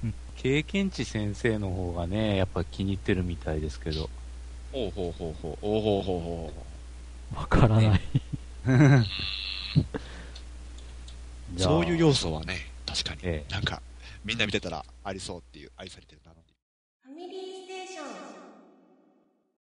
Speaker 2: ん経験値先生の方がね、やっぱ気に入ってるみたいですけど。
Speaker 7: ほうほうほうほう、おうほうほうほ
Speaker 1: わからない。
Speaker 7: う。
Speaker 1: じゃあ
Speaker 7: そういう要素はね、確かに。
Speaker 2: ええ
Speaker 7: なんか、みんな見てたらありそうっていう、愛されてるな。